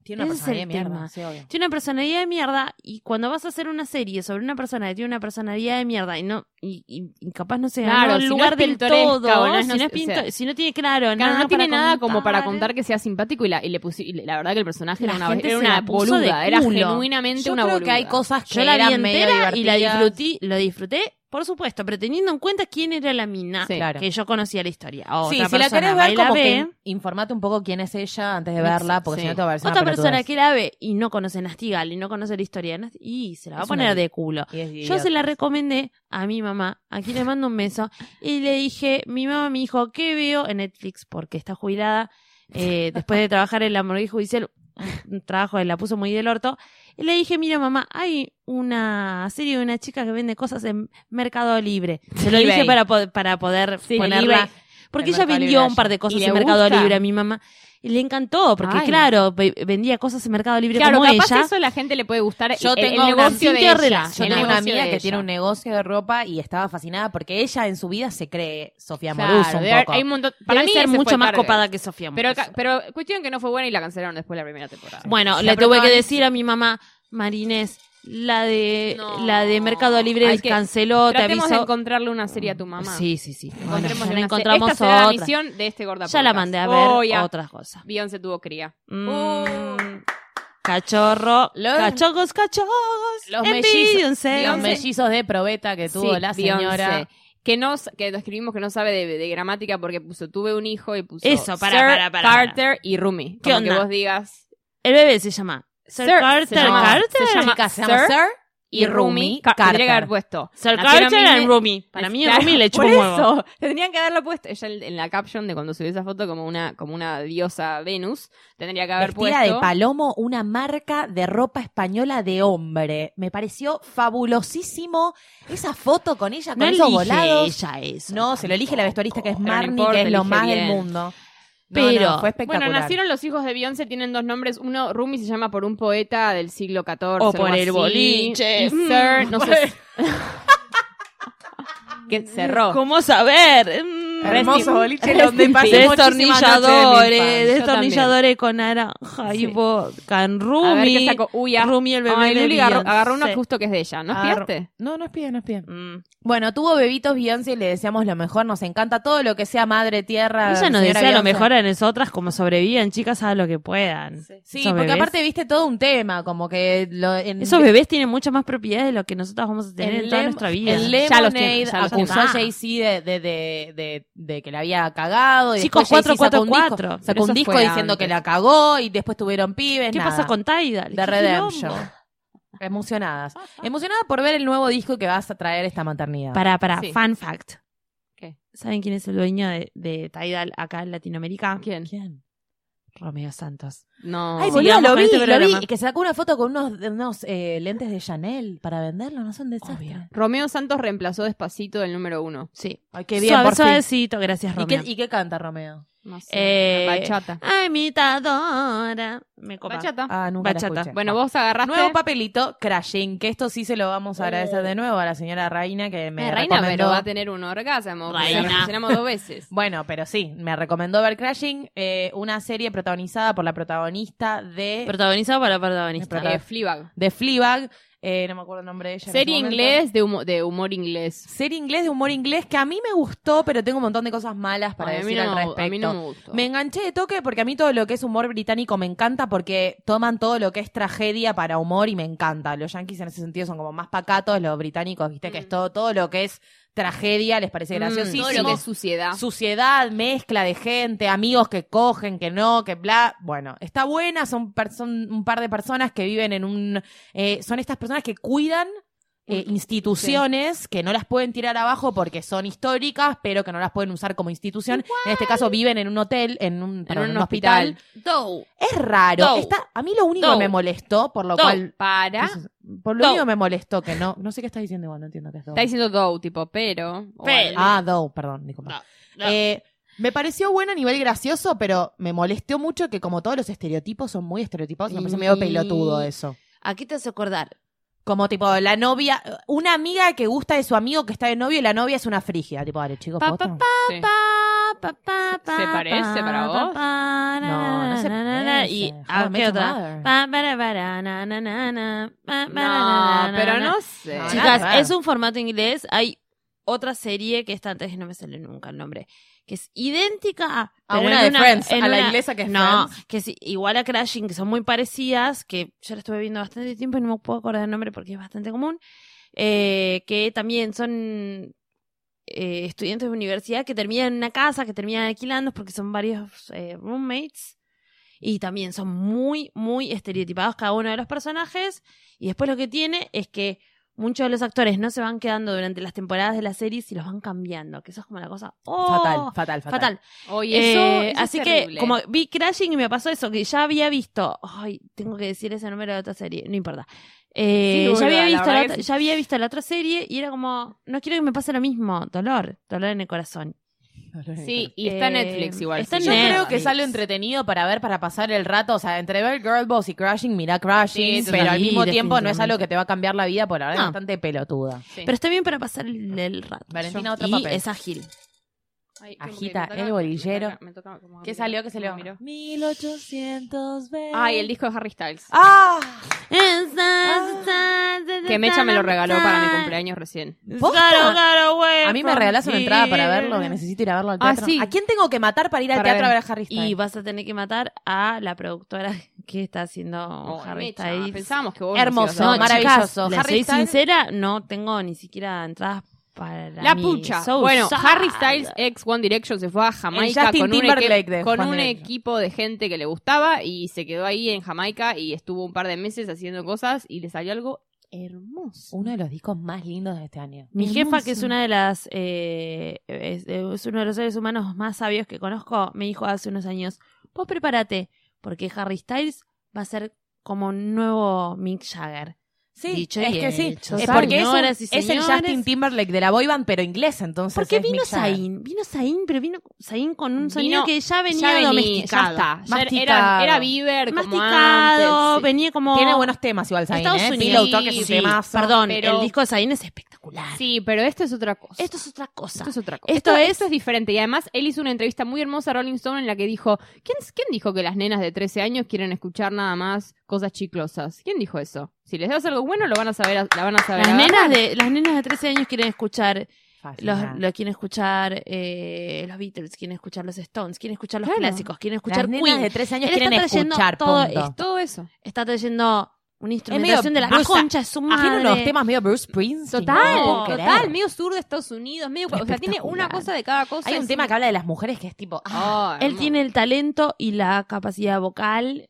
Speaker 3: Tiene
Speaker 1: Ese
Speaker 3: una
Speaker 1: es
Speaker 3: personalidad de
Speaker 1: el
Speaker 3: mierda,
Speaker 1: tema.
Speaker 3: sí, obvio.
Speaker 1: tiene una personalidad de mierda y cuando vas a hacer una serie sobre una persona que tiene una personalidad de mierda y no y, y- y capaz no se
Speaker 2: Claro,
Speaker 1: ganó
Speaker 2: si
Speaker 1: el
Speaker 2: no
Speaker 1: lugar
Speaker 2: es
Speaker 1: del
Speaker 2: pintoresca
Speaker 1: todo,
Speaker 2: o no es-
Speaker 1: si,
Speaker 2: no
Speaker 1: no
Speaker 2: es-
Speaker 1: es pinto-
Speaker 2: o sea,
Speaker 1: si no tiene claro,
Speaker 2: Claro,
Speaker 1: nada
Speaker 2: no tiene
Speaker 1: para
Speaker 2: nada como para
Speaker 1: contar.
Speaker 2: contar que sea simpático y la, y le pusi- y le- la verdad que el personaje
Speaker 1: La
Speaker 2: era una,
Speaker 1: gente
Speaker 2: era
Speaker 1: se la
Speaker 2: una
Speaker 1: puso
Speaker 2: boluda,
Speaker 1: de
Speaker 2: era
Speaker 1: culo.
Speaker 2: genuinamente
Speaker 3: Yo
Speaker 2: una
Speaker 3: creo
Speaker 2: boluda.
Speaker 3: que hay cosas que
Speaker 1: Yo la
Speaker 3: eran
Speaker 1: vi
Speaker 3: medio
Speaker 1: entera y la
Speaker 3: divertidas.
Speaker 1: disfruté, lo disfruté, por supuesto, pero teniendo en cuenta quién era la mina,
Speaker 2: Sí.
Speaker 3: Claro.
Speaker 1: que yo conocía la historia. O
Speaker 3: Sí,
Speaker 1: otra
Speaker 3: si la
Speaker 1: persona
Speaker 3: querés ver,
Speaker 1: la
Speaker 3: como
Speaker 1: ve,
Speaker 3: que informate un poco quién es ella antes de verla, porque
Speaker 2: Sí.
Speaker 3: si no te va a parecer una
Speaker 1: otra persona
Speaker 3: pelotudez.
Speaker 1: que la ve y no conoce Nastigal y no conoce la historia de Nastigal, y se la va
Speaker 3: Es
Speaker 1: a poner
Speaker 3: una-
Speaker 1: de culo.
Speaker 3: Y es
Speaker 1: Yo se
Speaker 3: idiota.
Speaker 1: la recomendé a mi mamá, aquí le mando un beso, y le dije, mi mamá me dijo, ¿qué veo en Netflix? Porque está jubilada, eh, después de trabajar en la morgue judicial, un trabajo que la puso muy del orto, y le dije, mira mamá, hay una serie de una chica que vende cosas en Mercado Libre. Se lo dije
Speaker 2: eBay.
Speaker 1: para, po- para poder
Speaker 2: Sí, en
Speaker 1: ponerla.
Speaker 2: eBay.
Speaker 1: Porque
Speaker 3: En
Speaker 1: ella
Speaker 3: Mercado Libre
Speaker 1: vendió
Speaker 3: hay.
Speaker 1: un par de cosas
Speaker 2: ¿Y
Speaker 1: en
Speaker 2: le
Speaker 1: Mercado
Speaker 2: gusta?
Speaker 1: Libre a mi mamá. Y le encantó, porque
Speaker 2: Ay.
Speaker 1: claro, ve- vendía cosas en Mercado Libre
Speaker 2: Claro,
Speaker 1: como
Speaker 2: capaz
Speaker 1: ella.
Speaker 2: eso a la gente le puede gustar
Speaker 3: Yo
Speaker 2: el, el
Speaker 3: tengo una-
Speaker 2: negocio de
Speaker 1: Cintia
Speaker 2: ella,
Speaker 1: Orrela,
Speaker 3: Yo
Speaker 2: el
Speaker 3: tengo una
Speaker 2: negocio
Speaker 3: amiga
Speaker 2: de
Speaker 3: que tiene
Speaker 2: ella.
Speaker 3: un negocio de ropa y estaba fascinada porque ella en su vida se cree Sofía
Speaker 2: Claro,
Speaker 3: Moruso
Speaker 2: debe
Speaker 3: un
Speaker 2: haber-
Speaker 3: poco.
Speaker 2: hay un montón- para
Speaker 1: Debe
Speaker 2: mí
Speaker 1: ser
Speaker 2: ese fue
Speaker 1: mucho
Speaker 2: el
Speaker 1: más
Speaker 2: target.
Speaker 1: copa que Sofía
Speaker 2: Pero,
Speaker 1: Moroso.
Speaker 2: ca- pero cuestión que no fue buena y la cancelaron después de la primera temporada.
Speaker 1: Bueno,
Speaker 2: La
Speaker 1: le tuve que
Speaker 2: protagonista-
Speaker 1: decir a mi mamá, Marinés, la de
Speaker 2: No.
Speaker 1: la de Mercado Libre
Speaker 2: Hay que-
Speaker 1: canceló, te
Speaker 2: Tratemos de
Speaker 1: aviso.
Speaker 2: encontrarle una serie a tu mamá.
Speaker 1: Sí, sí, sí. Bueno,
Speaker 2: Encontremos
Speaker 1: ya
Speaker 2: una
Speaker 1: la
Speaker 2: serie.
Speaker 1: encontramos
Speaker 2: Esta será la
Speaker 1: otra.
Speaker 2: misión de este gorda
Speaker 1: Ya la
Speaker 2: podcast.
Speaker 1: mandé a ver
Speaker 2: Oh, ya.
Speaker 1: otras cosas.
Speaker 2: Beyoncé tuvo cría.
Speaker 1: Mm,
Speaker 2: Oh.
Speaker 1: Cachorro,
Speaker 3: Los-
Speaker 1: cachorros, cachorros.
Speaker 3: Los
Speaker 1: en
Speaker 3: mellizos-
Speaker 1: Beyoncé.
Speaker 3: Los mellizos de probeta que tuvo
Speaker 2: Sí,
Speaker 3: la
Speaker 2: Beyoncé.
Speaker 3: señora.
Speaker 2: Que no, s- que escribimos que no sabe de, de gramática porque puso tuve un hijo y puso
Speaker 1: Eso, para,
Speaker 2: Sir
Speaker 1: para, para, para.
Speaker 2: Carter y Rumi.
Speaker 1: ¿Qué
Speaker 2: Como
Speaker 1: onda?
Speaker 2: que vos digas
Speaker 1: El bebé se llama Sir,
Speaker 2: Sir-
Speaker 1: Carter,
Speaker 2: se llama-
Speaker 1: Carter.
Speaker 2: se llama-
Speaker 3: Chicas, se llama
Speaker 2: Sir
Speaker 3: Sir
Speaker 2: y Rumi. Ca- Tendría que haber puesto
Speaker 1: Sir
Speaker 2: Nacieron
Speaker 1: Carter
Speaker 2: mil-
Speaker 1: and Rumi. Para mí
Speaker 2: Claro,
Speaker 1: Rumi le chupa
Speaker 2: por
Speaker 1: un huevo.
Speaker 2: eso. [LAUGHS] Tendrían que haberlo puesto ella en en la caption de cuando subió esa foto como una como una diosa Venus. Tendría que haber
Speaker 3: Vestida
Speaker 2: puesto
Speaker 3: de palomo, una marca de ropa española de hombre. Me pareció fabulosísimo esa foto con ella, con
Speaker 1: No
Speaker 3: esos
Speaker 1: elige
Speaker 3: volados.
Speaker 1: ella eso.
Speaker 3: No, se lo elige la vestuarista que es
Speaker 2: no
Speaker 3: Marnie,
Speaker 2: importa,
Speaker 3: que es lo
Speaker 2: elige
Speaker 3: más del
Speaker 2: bien.
Speaker 3: mundo. No,
Speaker 1: Pero-
Speaker 3: no, fue espectacular.
Speaker 2: Bueno, nacieron los hijos de Beyoncé, tienen dos nombres. Uno, Rumi se llama por un poeta del siglo XIV.
Speaker 1: O por Mm.
Speaker 2: algo
Speaker 1: el
Speaker 2: así.
Speaker 1: boliche. [LAUGHS]
Speaker 2: Y Sir, no sé. que cerró.
Speaker 1: ¿Cómo saber? Mm.
Speaker 3: Hermoso boliche
Speaker 2: Rest in
Speaker 3: donde
Speaker 2: peace.
Speaker 3: pasé muchísimas noches de mi
Speaker 1: destornilladores,
Speaker 3: infancia.
Speaker 2: Yo también.
Speaker 1: destornilladores con naranja y
Speaker 2: Sí.
Speaker 1: vodka, en
Speaker 2: A ver qué
Speaker 1: Rumi.
Speaker 2: sacó. Uy, ah.
Speaker 1: Rumi el bebé
Speaker 2: Ay,
Speaker 1: de
Speaker 2: Luli agarró,
Speaker 1: Beyoncé.
Speaker 2: agarró uno justo que es de ella. ¿No
Speaker 3: Agarró-
Speaker 2: espiaste?
Speaker 3: No, no es pie, no es pie.
Speaker 1: Mm.
Speaker 3: Bueno, tuvo bebitos Beyoncé, le deseamos lo mejor, nos encanta todo lo que sea madre
Speaker 1: Ella
Speaker 3: tierra.
Speaker 1: nos
Speaker 3: señora
Speaker 1: desea lo
Speaker 3: Beyoncé.
Speaker 1: mejor a nosotras como sobrevivan, chicas, a lo que puedan.
Speaker 3: Sí,
Speaker 1: Esos
Speaker 3: porque
Speaker 1: bebés-
Speaker 3: aparte viste todo un tema, como que lo, en,
Speaker 1: Esos bebés tienen mucha más propiedad de lo que nosotras vamos a tener
Speaker 3: en
Speaker 1: en toda
Speaker 3: Lem-
Speaker 1: nuestra vida.
Speaker 3: en
Speaker 2: Ya los tiene,
Speaker 3: Lemonade
Speaker 2: ya los
Speaker 3: acusó
Speaker 1: tiene.
Speaker 3: a Jay-Z de, de, de, de- de que la había cagado. Y
Speaker 1: Chicos,
Speaker 3: después Jay-Z sacó un
Speaker 1: 444.
Speaker 3: disco-
Speaker 2: Pero
Speaker 3: Sacó un
Speaker 2: eso
Speaker 3: disco
Speaker 2: fue
Speaker 3: diciendo
Speaker 2: antes.
Speaker 3: que la cagó y después tuvieron pibes.
Speaker 1: ¿Qué
Speaker 3: nada.
Speaker 1: pasa con Tidal?
Speaker 3: The
Speaker 1: ¿Qué
Speaker 3: Redemption?
Speaker 1: quilombo?
Speaker 3: Emocionadas. Emocionada por ver el nuevo disco que vas a traer esta maternidad.
Speaker 1: Pará, pará,
Speaker 2: Sí.
Speaker 1: fun fact.
Speaker 2: ¿Qué?
Speaker 1: ¿Saben quién es el dueño de, de Tidal acá en Latinoamérica?
Speaker 2: ¿Quién?
Speaker 3: ¿Quién?
Speaker 1: Romeo Santos.
Speaker 2: No.
Speaker 3: Ay,
Speaker 1: Sí,
Speaker 3: boludo,
Speaker 1: vamos
Speaker 3: lo
Speaker 1: con
Speaker 3: vi,
Speaker 1: este
Speaker 3: lo vi.
Speaker 1: programa.
Speaker 3: Y que sacó una foto con unos, unos eh, lentes de Chanel para venderlo, no son desastre.
Speaker 1: Obvio.
Speaker 2: Romeo Santos reemplazó despacito el número uno.
Speaker 1: Sí.
Speaker 3: Ay, qué bien,
Speaker 1: Suave,
Speaker 3: por fin.
Speaker 1: suavecito, gracias,
Speaker 3: ¿Y
Speaker 1: Romeo.
Speaker 3: qué, ¿Y qué canta Romeo?
Speaker 2: No sé.
Speaker 1: Eh,
Speaker 2: la bachata.
Speaker 1: Ah, imitadora. Me copa.
Speaker 2: Bachata.
Speaker 3: Ah, nunca la
Speaker 1: Bachata.
Speaker 3: escuché.
Speaker 2: bueno, vos agarraste.
Speaker 3: Nuevo papelito, Crashing, que esto sí se lo vamos a agradecer de nuevo a la señora Reina que me
Speaker 2: Eh, Reina,
Speaker 3: recomendó.
Speaker 2: pero va a tener un orgasmo. porque
Speaker 1: Reina.
Speaker 2: La mencionamos
Speaker 3: [LAUGHS]
Speaker 2: dos veces.
Speaker 3: Bueno, pero sí, me recomendó ver Crashing, eh, una serie protagonizada por la protagonista de,
Speaker 1: Protagonizado para protagonista.
Speaker 3: Prota-
Speaker 2: Eh, Fleabag.
Speaker 3: de Fleabag, eh, no me acuerdo el nombre de ella. en
Speaker 2: Serie
Speaker 3: ese momento.
Speaker 2: inglés de humo- de humor inglés.
Speaker 3: Serie inglés de humor inglés que a mí me gustó, pero tengo un montón de cosas malas para
Speaker 2: Ay,
Speaker 3: decir
Speaker 2: no,
Speaker 3: al respecto.
Speaker 2: a mí no me gustó.
Speaker 3: Me enganché de toque porque a mí todo lo que es humor británico me encanta porque toman todo lo que es tragedia para humor y me encanta. Los yankees en ese sentido son como más pacatos, los británicos, viste, que es todo, todo lo que es tragedia les parece
Speaker 2: Mm,
Speaker 3: graciosísimo.
Speaker 2: Todo lo que es suciedad.
Speaker 3: Suciedad, mezcla de gente, amigos que cogen, que no, que bla. Bueno, está buena, son, per- son un par de personas que viven en un... eh, son estas personas que cuidan eh, instituciones que no las pueden tirar abajo porque son históricas, pero que no las pueden usar como institución. En este caso viven en un hotel, en un, perdón, en un hospital.
Speaker 2: Dou.
Speaker 3: Es raro.
Speaker 2: No.
Speaker 3: Está, a mí lo único que
Speaker 2: No.
Speaker 3: me molestó, por lo
Speaker 2: Dou.
Speaker 3: cual...
Speaker 2: Para.
Speaker 3: Por lo
Speaker 2: No.
Speaker 3: único que me molestó, que no... No sé qué está diciendo igual, no entiendo qué es Doe.
Speaker 2: Está diciendo dou, tipo, pero. o
Speaker 1: Pero.
Speaker 2: algo.
Speaker 3: Ah, Doe, perdón, disculpa. Eh, me pareció bueno a nivel gracioso, pero me molestó mucho que como todos los estereotipos son muy estereotipados, me parece medio
Speaker 2: Y-
Speaker 3: pelotudo eso.
Speaker 1: Aquí te hace acordar.
Speaker 3: Como tipo la novia, una amiga que gusta de su amigo que está de novio y la novia es una frigia. Tipo, dale, chicos,
Speaker 1: Pa,
Speaker 3: posta.
Speaker 1: pa,
Speaker 2: Sí.
Speaker 1: Pa, pa, pa, pa,
Speaker 2: ¿Se parece
Speaker 1: pa,
Speaker 2: para
Speaker 1: pa,
Speaker 2: vos?
Speaker 1: pa, na,
Speaker 3: No, no se
Speaker 1: na, na, na.
Speaker 3: parece.
Speaker 1: Y
Speaker 3: How I
Speaker 1: ah,
Speaker 3: Met
Speaker 1: ¿qué
Speaker 3: Your
Speaker 1: otra?
Speaker 3: Mother.
Speaker 1: Pa, para, para, na, na, na, na, pa, para, na,
Speaker 2: No,
Speaker 1: na,
Speaker 2: pero
Speaker 1: na.
Speaker 2: no
Speaker 3: No,
Speaker 2: sé.
Speaker 3: nada.
Speaker 1: Chicas,
Speaker 3: que ver.
Speaker 1: es un formato inglés. Hay otra serie que está antes que no me sale nunca el nombre. Que es idéntica a,
Speaker 3: A
Speaker 1: pero
Speaker 3: Ah, una
Speaker 1: en
Speaker 3: de Friends,
Speaker 1: en
Speaker 3: a la inglesa que es
Speaker 1: No,
Speaker 3: Friends.
Speaker 1: que es igual a Crashing, que son muy parecidas, que yo la estuve viendo bastante tiempo y no me puedo acordar el nombre porque es bastante común. eh, que también son eh, estudiantes de universidad que terminan en una casa, que terminan alquilando porque son varios eh, roommates. Y también son muy, muy estereotipados cada uno de los personajes. Y después lo que tiene es que muchos de los actores no se van quedando durante las temporadas de la serie, y los van cambiando. Que eso es como la cosa. ¡oh!
Speaker 3: Fatal, fatal, fatal, [LAUGHS]
Speaker 1: Fatal.
Speaker 2: Oye, eso-
Speaker 1: Eh,
Speaker 2: eso es
Speaker 1: así que,
Speaker 2: terrible.
Speaker 1: como vi Crashing y me pasó eso, que ya había visto. Ay, tengo que decir ese número de otra serie, no importa. Eh,
Speaker 2: Sí, boluda,
Speaker 1: ya, había
Speaker 2: la
Speaker 1: visto la
Speaker 2: verdad
Speaker 1: otra-
Speaker 2: que sí.
Speaker 1: ya había visto la otra serie y era como, no quiero que me pase lo mismo. Dolor, dolor en el corazón.
Speaker 2: Sí, y está
Speaker 1: Eh,
Speaker 2: Netflix igual.
Speaker 1: está
Speaker 2: sí.
Speaker 3: Yo
Speaker 1: Netflix.
Speaker 3: creo que es algo entretenido para ver, para pasar el rato. O sea, entre ver Girl Boss y Crashing, mirá Crashing,
Speaker 2: Sí,
Speaker 3: pero al
Speaker 1: sí,
Speaker 3: mismo tiempo no es
Speaker 1: definitivamente.
Speaker 3: algo que te va a cambiar la vida, por ahora es
Speaker 1: No.
Speaker 3: bastante pelotuda.
Speaker 2: Sí.
Speaker 1: Pero está bien para pasar el, el rato.
Speaker 3: Valentina, otro
Speaker 1: y
Speaker 3: papel.
Speaker 1: es ágil.
Speaker 2: Ay, como que
Speaker 3: Agita
Speaker 2: me toca-
Speaker 3: el bolillero.
Speaker 2: me toca- me toca como
Speaker 3: ¿Qué
Speaker 2: mirar,
Speaker 3: salió? ¿Qué salió?
Speaker 2: como miro.
Speaker 3: 1820.
Speaker 2: Ay, el disco de Harry Styles.
Speaker 3: Eh, ¡Ah!
Speaker 2: Que Mecha me lo regaló para mi cumpleaños recién.
Speaker 3: ¿Posta?
Speaker 1: away
Speaker 3: A mí me
Speaker 1: from
Speaker 3: regalás una entrada para verlo, que
Speaker 1: here.
Speaker 3: necesito ir a verlo al
Speaker 2: Ah,
Speaker 3: teatro.
Speaker 2: sí.
Speaker 3: ¿A quién tengo que matar para ir al
Speaker 2: Para
Speaker 3: teatro
Speaker 2: ver.
Speaker 3: a ver a Harry Styles?
Speaker 1: Y vas a tener que matar a la productora que está haciendo
Speaker 2: Oh,
Speaker 1: Harry
Speaker 2: Mecha,
Speaker 1: Styles.
Speaker 2: Pensábamos que vos
Speaker 3: Hermoso,
Speaker 2: ibas a
Speaker 1: No,
Speaker 2: ver.
Speaker 3: maravilloso.
Speaker 1: Chicas, les
Speaker 3: Harry
Speaker 1: soy
Speaker 3: Styles-
Speaker 1: sincera, no tengo ni siquiera entradas para
Speaker 2: La
Speaker 1: mi
Speaker 2: pucha.
Speaker 1: Soul
Speaker 2: bueno,
Speaker 1: Side.
Speaker 2: Harry Styles, ex One Direction, se fue a Jamaica
Speaker 3: Justin
Speaker 2: con, un,
Speaker 3: Timberlake
Speaker 2: equi-
Speaker 3: de
Speaker 2: con
Speaker 3: One
Speaker 2: un
Speaker 3: Direction.
Speaker 2: equipo de gente que le gustaba y se quedó ahí en Jamaica y estuvo un par de meses haciendo cosas y le salió algo hermoso.
Speaker 3: Uno de los discos más lindos de este año.
Speaker 1: Mi jefa, que es
Speaker 2: Hermoso.
Speaker 1: una de las. eh, es, es uno de los seres humanos más sabios que conozco, me dijo hace unos años: Vos prepárate, porque Harry Styles va a ser como un nuevo Mick Jagger.
Speaker 3: Sí,
Speaker 1: Dicho
Speaker 3: es
Speaker 1: y
Speaker 3: que sí.
Speaker 1: hecho,
Speaker 3: Es porque es, un-
Speaker 1: señoras y
Speaker 3: es el
Speaker 1: señores.
Speaker 3: Justin Timberlake de la boy band, pero inglés, entonces.
Speaker 1: Porque
Speaker 3: es Mick
Speaker 1: vino
Speaker 3: Jagger.
Speaker 1: Zayn, vino Zayn, pero vino Zayn con un
Speaker 2: Vino-
Speaker 1: sonido que ya venía
Speaker 2: ya venía, ya
Speaker 1: domesticado.
Speaker 2: está. Ya era-
Speaker 3: Masticado.
Speaker 2: era, era Bieber como
Speaker 1: Masticado,
Speaker 2: antes.
Speaker 1: venía como.
Speaker 3: Tiene buenos temas igual Zayn,
Speaker 1: Estados
Speaker 3: ¿eh?
Speaker 1: Unidos.
Speaker 3: Pillow Talk es un
Speaker 2: Sí,
Speaker 3: temazo.
Speaker 1: Perdón,
Speaker 2: pero-
Speaker 1: el disco de Zayn es espectacular.
Speaker 2: Sí, pero esto es otra cosa.
Speaker 1: Esto es otra cosa.
Speaker 2: Esto es otra cosa.
Speaker 1: Esto
Speaker 2: Esto,
Speaker 1: es-
Speaker 2: es... esto es diferente. Y además, él hizo una entrevista muy hermosa a Rolling Stone en la que dijo: ¿quién, ¿Quién dijo que las nenas de 13 años quieren escuchar nada más cosas chiclosas? ¿Quién dijo eso? Si les das algo bueno, lo van a saber, a- la van a saber.
Speaker 1: Las
Speaker 2: agarrar.
Speaker 1: nenas, de, las nenas de 13 años quieren escuchar,
Speaker 3: Fácil,
Speaker 1: los,
Speaker 3: nada.
Speaker 1: lo- quieren escuchar eh, los Beatles, quieren escuchar los Stones, quieren escuchar los
Speaker 2: Claro.
Speaker 1: clásicos, quieren
Speaker 3: Las
Speaker 1: escuchar
Speaker 3: nenas
Speaker 1: Queen.
Speaker 3: de 13 años
Speaker 1: Él está
Speaker 3: quieren
Speaker 1: trayendo
Speaker 3: escuchar
Speaker 1: todo
Speaker 3: punto.
Speaker 1: esto.
Speaker 2: Todo eso.
Speaker 1: Está trayendo una
Speaker 3: medio
Speaker 1: instrumentación de la
Speaker 3: Bruce-
Speaker 1: concha de su
Speaker 3: Ajeno
Speaker 1: madre.
Speaker 3: unos Ah, temas medio Bruce Springsteen.
Speaker 2: Total,
Speaker 3: no puedo creer.
Speaker 2: total, medio sur de Estados Unidos, medio, o sea, tiene una cosa de cada cosa.
Speaker 3: Hay un
Speaker 2: es
Speaker 3: tema que habla de las mujeres que es tipo. ah,
Speaker 2: Oh,
Speaker 1: Él
Speaker 2: hermoso.
Speaker 1: tiene el talento y la capacidad vocal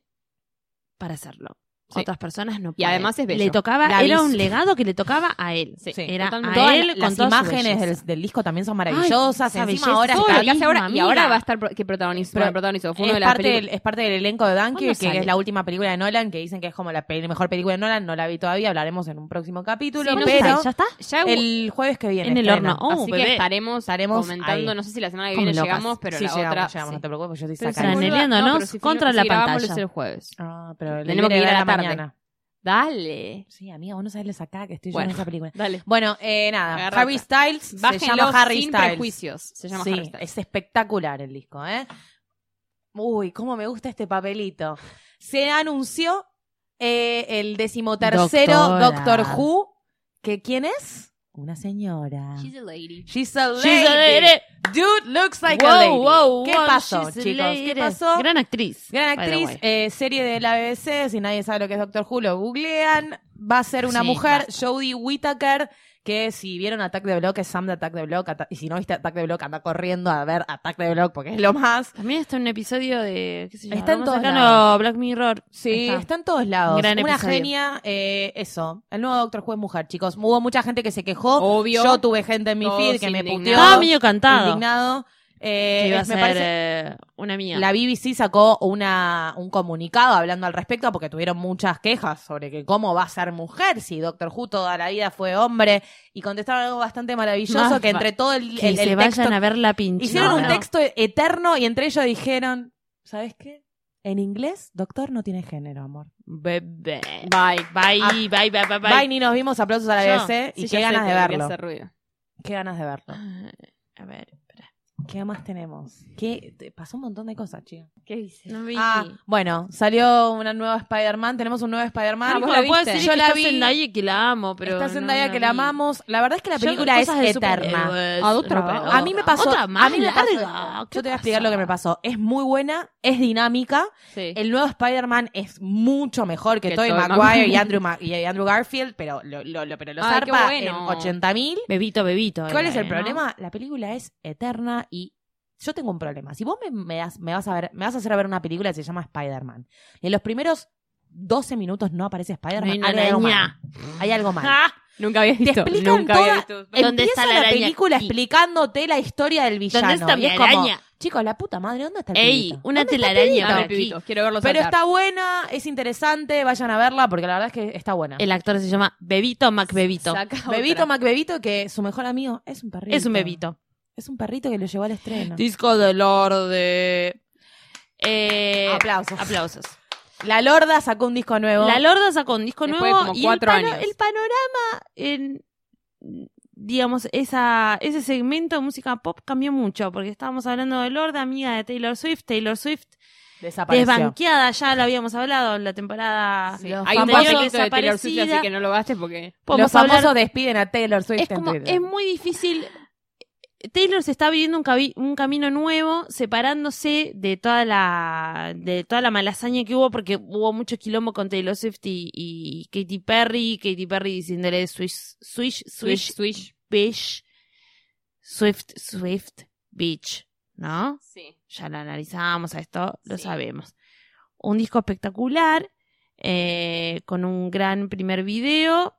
Speaker 1: para hacerlo.
Speaker 2: Sí.
Speaker 1: Otras personas no
Speaker 2: Y
Speaker 1: pueden.
Speaker 2: además es bello.
Speaker 1: Le tocaba,
Speaker 3: La
Speaker 1: era
Speaker 3: vis-
Speaker 1: un legado que le tocaba a él.
Speaker 2: Sí,
Speaker 1: Era
Speaker 2: totalmente.
Speaker 1: a
Speaker 3: Todas
Speaker 1: él
Speaker 3: las
Speaker 1: con toda su
Speaker 3: imágenes
Speaker 1: belleza.
Speaker 3: del, del disco también son maravillosas.
Speaker 1: Ay, esa
Speaker 3: Encima
Speaker 1: belleza,
Speaker 3: ahora
Speaker 2: Todo
Speaker 3: está-
Speaker 2: lo que hace ahora, y
Speaker 1: amiga.
Speaker 2: ahora va a estar pro- que protagonizó,
Speaker 3: Pero
Speaker 2: bueno, protagonizó, fue
Speaker 3: es,
Speaker 2: uno de las
Speaker 3: parte del,
Speaker 2: películas.
Speaker 3: es parte del elenco de Dunkirk,
Speaker 1: ¿Cuándo
Speaker 3: que
Speaker 1: sale?
Speaker 3: es la última película de Nolan, que dicen que es como la pe- mejor película de Nolan. No la vi todavía, hablaremos en un próximo capítulo.
Speaker 2: Sí, no
Speaker 1: ¿Ya
Speaker 3: pero
Speaker 1: está? ¿Ya está?
Speaker 2: Ya hubo-
Speaker 3: el jueves que viene.
Speaker 1: En el
Speaker 3: estrena.
Speaker 1: horno. Oh,
Speaker 2: así
Speaker 1: bebé.
Speaker 2: que estaremos,
Speaker 3: Estaremos
Speaker 2: comentando,
Speaker 3: ahí.
Speaker 2: no sé si la semana que
Speaker 3: Como
Speaker 2: viene
Speaker 3: llegamos,
Speaker 2: llegamos, pero
Speaker 3: sí,
Speaker 2: la
Speaker 3: llegamos,
Speaker 2: otra...
Speaker 3: llegamos,
Speaker 2: sí.
Speaker 3: no te preocupes, yo estoy
Speaker 2: Pero
Speaker 3: sacando.
Speaker 2: boluda,
Speaker 1: Franeleándonos
Speaker 2: no, pero si
Speaker 1: contra
Speaker 2: si
Speaker 1: la
Speaker 2: grabamos
Speaker 1: pantalla.
Speaker 2: el jueves.
Speaker 3: Ah, pero el
Speaker 2: Tenemos
Speaker 3: libre
Speaker 2: que ir
Speaker 3: era
Speaker 2: a
Speaker 3: la
Speaker 2: la tarde.
Speaker 3: mañana.
Speaker 2: Dale.
Speaker 3: Sí, amiga, vos no sabés la sacada que estoy yo
Speaker 2: Bueno.
Speaker 3: en esa película.
Speaker 2: Dale.
Speaker 3: Bueno, eh, nada,
Speaker 2: Agarrate.
Speaker 3: Harry Styles se
Speaker 2: Bájenlo
Speaker 3: llama Harry
Speaker 2: sin
Speaker 3: Styles.
Speaker 2: prejuicios. Se llama
Speaker 3: sí,
Speaker 2: Harry Styles.
Speaker 3: es espectacular el disco, ¿eh? Uy, cómo me gusta este papelito. Se anunció eh, el decimotercero
Speaker 1: Doctora.
Speaker 3: Doctor Who, que ¿quién es? Una señora.
Speaker 2: She's a lady.
Speaker 3: She's a lady.
Speaker 1: She's a lady.
Speaker 3: Dude looks like
Speaker 1: Wow,
Speaker 3: a lady.
Speaker 1: wow,
Speaker 3: ¿Qué
Speaker 1: wow,
Speaker 3: pasó,
Speaker 1: she's a
Speaker 3: chicos? ¿Qué
Speaker 1: lady.
Speaker 3: pasó?
Speaker 1: Gran actriz. by
Speaker 3: Gran
Speaker 1: the
Speaker 3: actriz,
Speaker 1: way.
Speaker 3: eh, serie de la BBC, si nadie sabe lo que es Doctor Who, lo googlean. Va a ser una
Speaker 1: Sí,
Speaker 3: mujer,
Speaker 1: basta.
Speaker 3: Jodie Whittaker, que si vieron Attack the Block, es Sam de Attack the Block, ata- y si no viste Attack the Block, anda corriendo a ver Attack the Block porque es lo más.
Speaker 1: También está un episodio de. ¿qué se llama?
Speaker 3: Está en
Speaker 1: Estamos
Speaker 3: todos
Speaker 1: sacando
Speaker 3: lados.
Speaker 1: Black Mirror.
Speaker 3: Sí, está,
Speaker 1: Está.
Speaker 3: en todos lados.
Speaker 1: Gran
Speaker 3: una
Speaker 1: episodio.
Speaker 3: genia, eh, eso. El nuevo Doctor Who es mujer, chicos. Hubo mucha gente que se quejó.
Speaker 2: Obvio.
Speaker 3: Yo tuve gente en mi
Speaker 2: Todos
Speaker 3: feed que me
Speaker 2: indignados.
Speaker 3: puteó.
Speaker 1: Estaba medio cantado.
Speaker 3: Indignado. Eh,
Speaker 1: que iba a
Speaker 3: es- me
Speaker 1: ser
Speaker 3: parece-
Speaker 1: eh, una mía.
Speaker 3: La BBC sacó una, un comunicado hablando al respecto porque tuvieron muchas quejas sobre que cómo va a ser mujer si Doctor Who toda la vida fue hombre y contestaron algo bastante maravilloso
Speaker 1: Más
Speaker 3: que
Speaker 1: va-
Speaker 3: entre todo el,
Speaker 1: que
Speaker 3: el-
Speaker 1: se
Speaker 3: el
Speaker 1: vayan
Speaker 3: texto
Speaker 1: a ver la pinche.
Speaker 3: hicieron
Speaker 1: No,
Speaker 3: un
Speaker 1: no.
Speaker 3: texto eterno y entre ellos dijeron, ¿sabes qué? En inglés, doctor no tiene género, amor.
Speaker 1: Bebé.
Speaker 2: Bye.
Speaker 1: Bye,
Speaker 3: Ah,
Speaker 1: bye, bye, bye, bye.
Speaker 3: Bye, ni nos vimos, aplausos a la
Speaker 1: Yo,
Speaker 3: BBC y
Speaker 2: Sí,
Speaker 3: qué
Speaker 2: ya sé,
Speaker 3: ganas de
Speaker 2: te debería
Speaker 3: verlo.
Speaker 2: hacer ruido.
Speaker 3: Qué ganas de verlo.
Speaker 1: A ver, espera.
Speaker 3: ¿Qué más tenemos? ¿Qué? te- Pasó un montón de cosas, chica.
Speaker 2: ¿Qué dices?
Speaker 1: No vi.
Speaker 3: Ah, bueno, salió una nueva Spider-Man, tenemos un nuevo Spider-Man.
Speaker 2: Ah,
Speaker 1: Algo
Speaker 2: vos la
Speaker 1: le puedo
Speaker 2: viste.
Speaker 1: decir
Speaker 3: Yo
Speaker 1: que
Speaker 3: la
Speaker 1: está
Speaker 3: vi.
Speaker 1: Zendaya y que la amo, pero.
Speaker 3: Esta
Speaker 1: no
Speaker 3: Zendaya
Speaker 1: la
Speaker 3: que la
Speaker 1: vi.
Speaker 3: amamos. La verdad es que la
Speaker 1: Yo-
Speaker 3: película es
Speaker 1: cosas de
Speaker 3: eterna.
Speaker 1: superhéroes,
Speaker 2: A otra
Speaker 1: no,
Speaker 2: pelota.
Speaker 3: A mí me pasó.
Speaker 1: Otra más
Speaker 3: a mí me
Speaker 1: larga.
Speaker 3: pasó-
Speaker 1: ¿Qué
Speaker 3: Yo te voy
Speaker 1: pasó?
Speaker 3: a explicar lo que me pasó. Es muy buena, es dinámica.
Speaker 2: Sí.
Speaker 3: El nuevo Spider-Man es mucho mejor que,
Speaker 2: Que
Speaker 3: Tobey
Speaker 2: Tobey
Speaker 3: Maguire y
Speaker 2: Maguire.
Speaker 3: Andrew, Ma- y Andrew Garfield, pero lo, lo, lo- pero lo
Speaker 2: Ay, qué
Speaker 3: zarpa
Speaker 2: bueno.
Speaker 3: en 80.000.
Speaker 1: Bebito, bebito.
Speaker 3: ¿Cuál
Speaker 1: era,
Speaker 3: es el
Speaker 1: ¿no?
Speaker 3: problema? La película es eterna y yo tengo un problema. Si vos me, me das- me vas a ver, me vas a hacer a ver una película que se llama Spider-Man, y en los primeros 12 minutos no aparece
Speaker 1: No hay
Speaker 3: Spider-Man,
Speaker 1: una
Speaker 3: hay algo mal.
Speaker 1: araña. Ah,
Speaker 3: Hay algo mal.
Speaker 2: Nunca habías
Speaker 3: Te
Speaker 2: visto.
Speaker 3: explican
Speaker 2: Nunca
Speaker 3: toda-
Speaker 2: había visto.
Speaker 1: ¿Dónde
Speaker 3: Empieza
Speaker 1: está la araña?
Speaker 3: película
Speaker 1: Sí.
Speaker 3: explicándote la historia del villano.
Speaker 1: está
Speaker 3: y
Speaker 1: mi
Speaker 3: es como,
Speaker 1: araña?
Speaker 3: Chicos, la puta madre, ¿dónde está el
Speaker 1: Ey,
Speaker 3: pibito?
Speaker 1: una
Speaker 3: ¿Dónde está el
Speaker 1: telaraña.
Speaker 2: Dame
Speaker 1: por
Speaker 2: el
Speaker 1: aquí.
Speaker 2: pibito, quiero verlo
Speaker 3: Pero
Speaker 2: saltar.
Speaker 3: está buena, es interesante, vayan a verla porque la verdad es que está buena.
Speaker 1: El actor se llama Bebito Macbebito.
Speaker 2: Saca otra.
Speaker 3: Bebito MacBebito, que su mejor amigo es un perrito.
Speaker 1: Es un bebito.
Speaker 3: Es un perrito que lo llevó al estreno.
Speaker 1: Disco de Lorde. Eh,
Speaker 3: Aplausos.
Speaker 1: Aplausos.
Speaker 3: La Lorda sacó un disco nuevo.
Speaker 1: La Lorda sacó un disco
Speaker 2: Después de
Speaker 1: nuevo
Speaker 2: como
Speaker 1: y
Speaker 2: cuatro
Speaker 1: el, pano-
Speaker 2: años.
Speaker 1: el panorama en digamos esa ese segmento de música pop cambió mucho porque estábamos hablando de Lorda, amiga de Taylor Swift, Taylor Swift
Speaker 3: Desapareció.
Speaker 1: desbanqueada, ya lo habíamos hablado en la temporada.
Speaker 2: Sí.
Speaker 1: anterior
Speaker 2: Hay un
Speaker 1: que
Speaker 2: pasito de Taylor Swift,
Speaker 1: desaparecida.
Speaker 2: así que no lo gastes porque...
Speaker 3: Los
Speaker 1: Podemos
Speaker 3: famosos
Speaker 1: hablar-
Speaker 3: despiden a Taylor Swift
Speaker 1: es
Speaker 3: en
Speaker 1: como
Speaker 3: Twitter.
Speaker 1: es muy difícil Taylor se está abriendo un, cabi- un camino nuevo, separándose de toda la de toda la malasaña que hubo, porque hubo mucho quilombo con Taylor Swift y, y Katy Perry, Katy Perry diciéndole swish, swish, swish,
Speaker 2: Swish, swish.
Speaker 1: bitch, Swift, Swift, bitch, ¿no?
Speaker 2: Sí.
Speaker 1: Ya lo analizamos a esto, lo
Speaker 2: Sí.
Speaker 1: sabemos. Un disco espectacular, eh, con un gran primer video.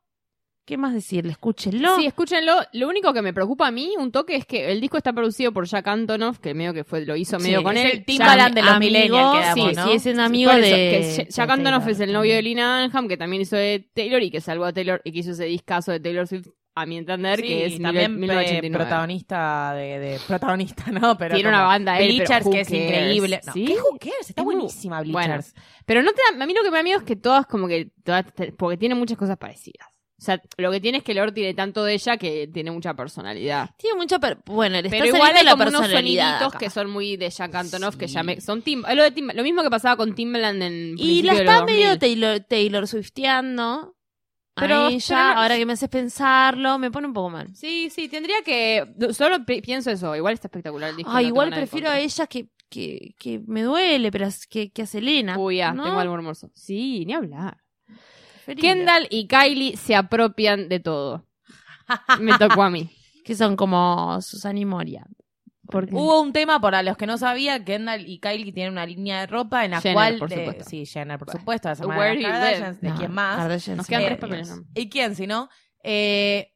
Speaker 1: ¿Qué más decirle? Escúchenlo.
Speaker 2: Sí, escúchenlo. Lo único que me preocupa a mí un toque es que el disco está producido por Jack Antonoff, que medio que fue lo hizo medio
Speaker 1: Sí,
Speaker 2: con
Speaker 3: es
Speaker 2: él.
Speaker 3: el Timbaland de los millennials que damos,
Speaker 1: sí,
Speaker 3: ¿no?
Speaker 1: sigue siendo amigo
Speaker 2: Por
Speaker 1: de...
Speaker 2: eso, que Jack- Jack
Speaker 3: de
Speaker 2: Antonoff
Speaker 3: Taylor
Speaker 2: es el novio de
Speaker 3: también.
Speaker 2: Lina Anham, que también hizo de Taylor y que salvó a Taylor y que hizo ese discazo de Taylor Swift, a mi entender,
Speaker 3: Sí,
Speaker 2: que es
Speaker 3: también eh, pe-
Speaker 2: 1989.
Speaker 3: protagonista de, de- protagonista, ¿no? Pero
Speaker 2: Tiene
Speaker 3: como
Speaker 2: una banda él,
Speaker 3: Bleachers,
Speaker 2: pero who
Speaker 3: que es
Speaker 2: cares?
Speaker 3: increíble. No,
Speaker 2: Sí.
Speaker 3: ¿Qué who cares? Está
Speaker 2: Es muy-
Speaker 3: buenísima Bleachers.
Speaker 2: Pero no te da- a mí lo que me da miedo es que todas como que todas te- porque tiene muchas cosas parecidas. O sea, lo que tiene es que Lord tiene tanto de ella que tiene mucha personalidad.
Speaker 1: Tiene mucha... per- Bueno, le está
Speaker 2: Pero igual hay
Speaker 1: saliendo la
Speaker 2: como unos
Speaker 1: personalidad
Speaker 2: soniditos
Speaker 1: acá.
Speaker 2: que son muy de Jack Antonoff que
Speaker 1: Sí.
Speaker 2: ya me- son Tim- lo, de Tim- lo mismo que pasaba con Timbaland en
Speaker 1: Y la
Speaker 2: principio de los
Speaker 1: está
Speaker 2: 2000.
Speaker 1: medio Taylor, Taylor Swifteando.
Speaker 2: Pero-
Speaker 1: a ella,
Speaker 2: pero no-
Speaker 1: ahora que me haces pensarlo, me pone un poco mal.
Speaker 2: Sí, sí, tendría que solo pi- pienso eso, igual está espectacular el disco.
Speaker 1: Ah, igual prefiero a ella que, que, que me duele, pero as- que, que a Selena.
Speaker 2: Uy, ya,
Speaker 1: ¿no?
Speaker 2: tengo algo hermoso. Sí, ni hablar.
Speaker 1: Preferible.
Speaker 2: Kendall y Kylie se
Speaker 1: [LAUGHS]
Speaker 2: apropian de todo. Me tocó a mí.
Speaker 1: Que son como Susana y Moria.
Speaker 2: Mm.
Speaker 1: Porque
Speaker 3: Hubo un tema, para los que no sabían, Kendall y Kylie tienen una línea de ropa en la
Speaker 2: Jenner,
Speaker 3: cual...
Speaker 2: por
Speaker 3: de-
Speaker 2: supuesto.
Speaker 3: sí, Jenner, por
Speaker 2: Bueno.
Speaker 3: supuesto. De,
Speaker 2: Where
Speaker 3: Where
Speaker 2: you
Speaker 3: Kardashians,
Speaker 2: live.
Speaker 3: de quién más.
Speaker 1: Kardashian,
Speaker 2: Nos
Speaker 1: sí.
Speaker 2: quedan
Speaker 3: Eh,
Speaker 2: tres papeles. ¿no?
Speaker 3: ¿Y quién, si no? Eh,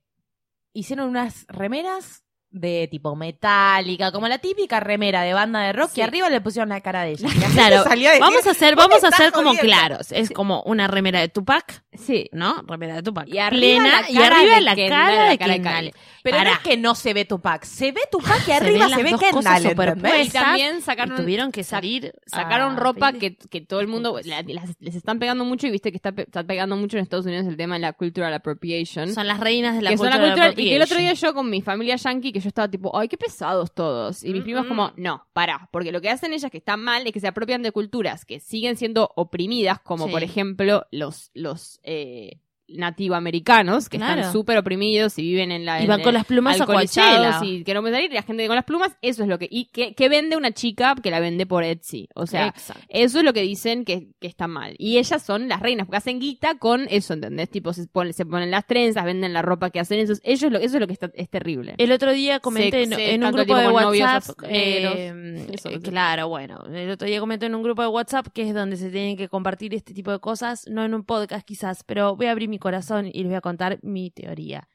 Speaker 3: hicieron unas remeras de tipo metálica, como la típica remera de banda de rock,
Speaker 2: Sí.
Speaker 3: y arriba le pusieron la cara de ella.
Speaker 1: Claro,
Speaker 3: salió a decir,
Speaker 1: Vamos a hacer,
Speaker 3: "Vos me
Speaker 1: vamos a
Speaker 3: Eh, estás
Speaker 1: hacer como
Speaker 3: jodiendo".
Speaker 1: claros. Es como una remera de Tupac,
Speaker 2: Sí.
Speaker 1: ¿no? Remera de Tupac.
Speaker 2: Y arriba la
Speaker 1: y
Speaker 2: cara
Speaker 1: arriba
Speaker 2: de
Speaker 1: la
Speaker 2: Kendall,
Speaker 1: cara
Speaker 2: la
Speaker 1: de
Speaker 2: cara de
Speaker 1: Kendall.
Speaker 3: Pero no
Speaker 1: Pará.
Speaker 3: es que no se ve Tupac, se ve Tupac y
Speaker 1: ven
Speaker 3: arriba
Speaker 1: las
Speaker 3: se ve
Speaker 1: dos cosas
Speaker 3: Kendall,
Speaker 1: superpuestas.
Speaker 3: ¿entendés?
Speaker 2: Y también
Speaker 1: Y
Speaker 2: sacaron,
Speaker 1: tuvieron que salir.
Speaker 2: sacaron
Speaker 1: a
Speaker 2: ropa
Speaker 1: pedir-
Speaker 2: que, que todo el mundo la- las- les están pegando mucho y viste que está, pe- está pegando mucho en Estados Unidos el tema de la cultural appropriation.
Speaker 1: Son las reinas de la
Speaker 2: que son la
Speaker 1: cultura.
Speaker 2: cultural, y que el otro día yo con mi familia yankee que yo estaba tipo ay qué pesados todos y mis primos como no pará porque lo que hacen ellas que está mal es que se apropian de culturas que siguen siendo oprimidas como
Speaker 1: Sí.
Speaker 2: por ejemplo los los eh, nativoamericanos que
Speaker 1: Claro.
Speaker 2: están súper oprimidos y viven en la
Speaker 1: Y
Speaker 2: en
Speaker 1: van
Speaker 2: el-
Speaker 1: con las plumas a
Speaker 2: alcoholizados
Speaker 1: Coachella.
Speaker 2: y que no pueden salir y la gente con las plumas eso es lo que y que, que vende una chica que la vende por Etsy o sea
Speaker 1: Exacto.
Speaker 2: eso es lo que dicen que, que está mal. Y ellas son las reinas, porque hacen guita con eso, ¿entendés? Tipo, se ponen, se ponen las trenzas, venden la ropa que hacen. Eso, es- ellos lo, eso es lo que está, es terrible.
Speaker 1: El otro día comenté
Speaker 2: Se-
Speaker 1: en,
Speaker 2: se
Speaker 1: en un
Speaker 2: tanto
Speaker 1: grupo
Speaker 2: tipo
Speaker 1: de
Speaker 2: con novios
Speaker 1: WhatsApp.
Speaker 2: af-
Speaker 1: eh,
Speaker 2: negros. Eso,
Speaker 1: eh,
Speaker 2: no sé.
Speaker 1: claro, bueno. El otro día comenté en un grupo de WhatsApp que es donde se tienen que compartir este tipo de cosas. No en un podcast, quizás, pero voy a abrir mi corazón y les voy a contar mi teoría,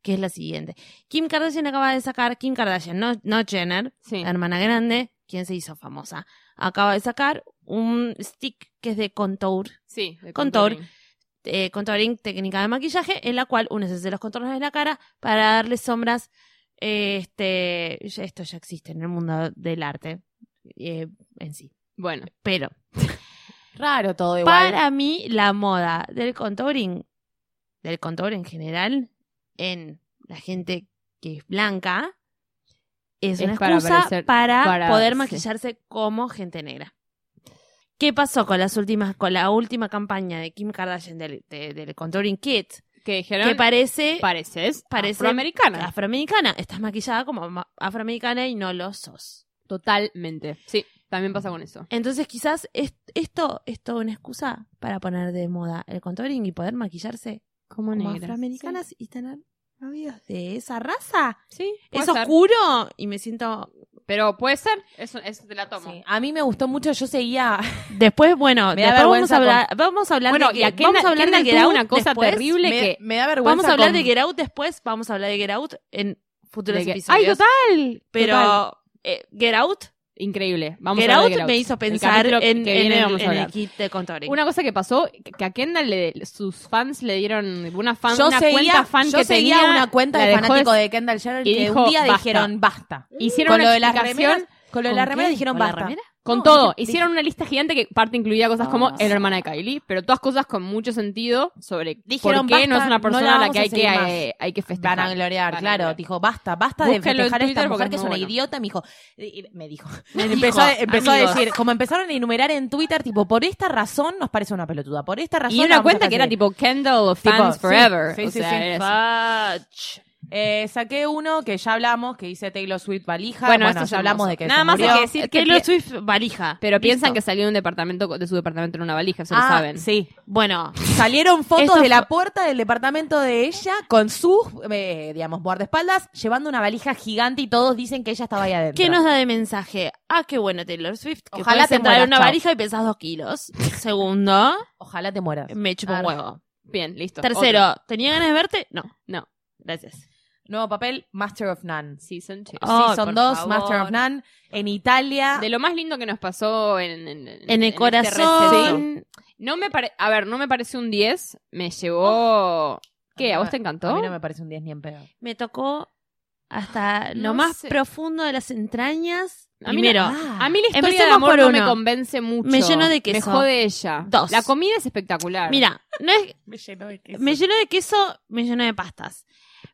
Speaker 1: que es la siguiente. Kim Kardashian acaba de sacar, Kim Kardashian, no, no Jenner,
Speaker 2: Sí.
Speaker 1: la hermana grande, quien se hizo famosa, acaba de sacar un stick que es de contour
Speaker 2: Sí, de
Speaker 1: Contour. eh, contouring, técnica de maquillaje, en la cual uno se hace los contornos de la cara para darle sombras. eh, Este, ya- esto ya existe en el mundo del arte eh, en sí.
Speaker 2: Bueno,
Speaker 1: Pero
Speaker 3: Raro todo igual.
Speaker 1: para mí, la moda del contouring, del contour en general, en la gente que es blanca, es,
Speaker 2: Es
Speaker 1: una
Speaker 2: para
Speaker 1: excusa
Speaker 2: parecer-
Speaker 1: para,
Speaker 2: para-
Speaker 1: poder
Speaker 2: sí.
Speaker 1: maquillarse como gente negra. ¿Qué pasó con las últimas, con la última campaña de Kim Kardashian del, de- del contouring kit?
Speaker 2: que dijeron,
Speaker 1: que parece
Speaker 2: pareces
Speaker 1: parece-
Speaker 2: afroamericana.
Speaker 1: afroamericana. Estás maquillada como ma- afroamericana y no lo sos.
Speaker 2: Totalmente. Sí, también pasa con eso.
Speaker 1: Entonces quizás es- esto es toda una excusa para poner de moda el contouring y poder maquillarse
Speaker 2: Como
Speaker 1: como afroamericanas y tener novios de esa raza.
Speaker 2: Sí,
Speaker 1: Es
Speaker 2: puede ser.
Speaker 1: oscuro y me siento...
Speaker 2: Pero puede ser, eso, eso te la tomo.
Speaker 3: Sí, A mí me gustó mucho, yo seguía...
Speaker 1: Después, bueno,
Speaker 3: Me da
Speaker 1: después vamos
Speaker 3: vergüenza
Speaker 1: a hablar, vamos a hablar
Speaker 2: Bueno,
Speaker 1: de
Speaker 2: y a
Speaker 1: que, vamos
Speaker 2: Kendall-
Speaker 1: a hablar de
Speaker 2: Kendall
Speaker 1: Get
Speaker 2: tuvo
Speaker 1: Out
Speaker 2: una cosa
Speaker 1: después.
Speaker 2: terrible
Speaker 1: Eh,
Speaker 2: que-
Speaker 3: me da vergüenza
Speaker 1: Vamos a hablar
Speaker 3: con-
Speaker 1: de Get Out después, vamos a hablar de Get Out en futuros
Speaker 2: De que-
Speaker 1: episodios.
Speaker 2: ¡Ay, total!
Speaker 1: Pero
Speaker 2: Total.
Speaker 1: eh, Get Out
Speaker 2: Increíble. Vamos
Speaker 1: Get
Speaker 2: a hablar
Speaker 1: Out
Speaker 2: de Get
Speaker 1: me hizo
Speaker 2: El
Speaker 1: pensar
Speaker 2: capítulo
Speaker 1: en,
Speaker 2: que viene
Speaker 1: en el,
Speaker 2: vamos a
Speaker 1: en el
Speaker 2: hablar.
Speaker 1: kit de contouring.
Speaker 2: Una cosa que pasó, que- que a Kendall le- sus fans le dieron una, fan,
Speaker 3: yo
Speaker 2: una
Speaker 3: seguía,
Speaker 2: cuenta fan
Speaker 3: yo
Speaker 2: que
Speaker 3: seguía
Speaker 2: tenía,
Speaker 3: una cuenta
Speaker 2: la
Speaker 3: de
Speaker 2: dejó
Speaker 3: fanático de Kendall Jenner
Speaker 2: y
Speaker 3: que
Speaker 2: dijo,
Speaker 3: un día
Speaker 2: "Basta".
Speaker 3: dijeron basta.
Speaker 2: Hicieron
Speaker 3: Con
Speaker 2: una
Speaker 3: lo de las
Speaker 2: explicación
Speaker 3: remeras, con lo de
Speaker 1: ¿Con
Speaker 3: las remeras
Speaker 1: qué?
Speaker 3: dijeron
Speaker 1: ¿Con la
Speaker 3: basta.
Speaker 1: remera?
Speaker 2: con
Speaker 3: No,
Speaker 2: todo.
Speaker 3: dije- dije-
Speaker 2: Hicieron una lista gigante que parte incluía cosas como
Speaker 3: Ah, sí.
Speaker 2: el hermana de Kylie, pero todas cosas con mucho sentido sobre
Speaker 3: Dijeron,
Speaker 2: por qué
Speaker 3: "Basta,
Speaker 2: no es una
Speaker 3: no
Speaker 2: persona
Speaker 3: la
Speaker 2: a la
Speaker 3: vamos
Speaker 2: que
Speaker 3: a
Speaker 2: hay que,
Speaker 3: seguir más".
Speaker 2: eh, hay que festejar.
Speaker 3: Van a gloriar,
Speaker 2: Van a
Speaker 3: claro.
Speaker 2: gloriar.
Speaker 3: Dijo, basta, basta
Speaker 2: Búsquenlo en
Speaker 3: de festejar a esta
Speaker 2: Twitter porque
Speaker 3: mujer
Speaker 2: es
Speaker 3: que es
Speaker 2: muy
Speaker 3: una
Speaker 2: bueno.
Speaker 3: idiota. Me dijo, y- y- [LAUGHS] me dijo.
Speaker 1: Me
Speaker 3: empezó
Speaker 1: dijo,
Speaker 3: a- empezó a
Speaker 1: amigos.
Speaker 3: decir, como empezaron a enumerar en Twitter, tipo, por esta razón nos parece una pelotuda, por esta razón.
Speaker 2: Y
Speaker 3: la
Speaker 2: una
Speaker 3: vamos a
Speaker 2: cuenta que era
Speaker 3: perseguir".
Speaker 2: tipo Kendall fans
Speaker 3: sí,
Speaker 2: forever.
Speaker 3: sí,
Speaker 2: o
Speaker 3: sí,
Speaker 2: sea,
Speaker 3: sí.
Speaker 2: era eso.
Speaker 3: Eh, saqué uno que ya hablamos, que dice Taylor Swift valija.
Speaker 2: Bueno,
Speaker 3: Bueno,
Speaker 2: esto
Speaker 3: ya
Speaker 2: ya
Speaker 3: hablamos
Speaker 2: vamos.
Speaker 3: de que
Speaker 2: Nada
Speaker 3: se
Speaker 2: más hay
Speaker 3: murió.
Speaker 2: que decir que
Speaker 1: Taylor
Speaker 2: pi-
Speaker 1: Swift valija.
Speaker 2: Pero piensan
Speaker 3: Listo.
Speaker 2: que salió de un departamento de su departamento en una valija, eso
Speaker 3: ah,
Speaker 2: lo saben.
Speaker 3: sí.
Speaker 2: [LAUGHS]
Speaker 1: Bueno,
Speaker 3: [LAUGHS] Salieron fotos
Speaker 1: Esto
Speaker 3: de
Speaker 1: fue-
Speaker 3: la puerta del departamento de ella con sus, eh, digamos, guardaespaldas, llevando una valija gigante y todos dicen que ella estaba ahí adentro.
Speaker 1: ¿qué nos da de mensaje? Ah, qué bueno Taylor Swift. Que
Speaker 3: Ojalá
Speaker 1: puedes
Speaker 3: te
Speaker 1: entrar en
Speaker 3: mueras,
Speaker 1: una
Speaker 3: chao.
Speaker 1: valija y pesas dos
Speaker 2: [LAUGHS]
Speaker 1: kilos. Segundo,
Speaker 3: Ojalá te mueras.
Speaker 1: me chupa un
Speaker 3: Ar-
Speaker 1: huevo.
Speaker 2: Bien, listo.
Speaker 1: Tercero,
Speaker 2: Otro.
Speaker 1: ¿tenía ganas de verte? No.
Speaker 2: No.
Speaker 1: Gracias.
Speaker 3: Nuevo papel, Master of None.
Speaker 2: Season two.
Speaker 1: Oh,
Speaker 3: sí, son
Speaker 1: por
Speaker 3: dos,
Speaker 1: favor.
Speaker 3: Master of None. En Italia.
Speaker 2: De lo más lindo que nos pasó en,
Speaker 1: En el
Speaker 2: este receso.
Speaker 1: corazón.
Speaker 2: No me pare... A ver, no me pareció un 10. Me
Speaker 1: Oh.
Speaker 2: llevó... ¿Qué? ¿A vos te encantó?
Speaker 3: A mí no me parece un 10 ni en pedo.
Speaker 1: Me tocó hasta lo
Speaker 2: No
Speaker 1: más
Speaker 2: sé.
Speaker 1: profundo de las entrañas.
Speaker 2: A mí
Speaker 1: Primero,
Speaker 2: no- ah, A mí la historia
Speaker 1: Empecemos
Speaker 2: de amor
Speaker 1: por
Speaker 2: no me
Speaker 1: uno.
Speaker 2: convence mucho.
Speaker 1: Me llenó de queso.
Speaker 2: Me jode ella.
Speaker 1: Dos.
Speaker 2: La comida es espectacular.
Speaker 1: mira, no es,
Speaker 3: [LAUGHS] Me llenó de
Speaker 1: Me llenó de queso, me llenó de pastas.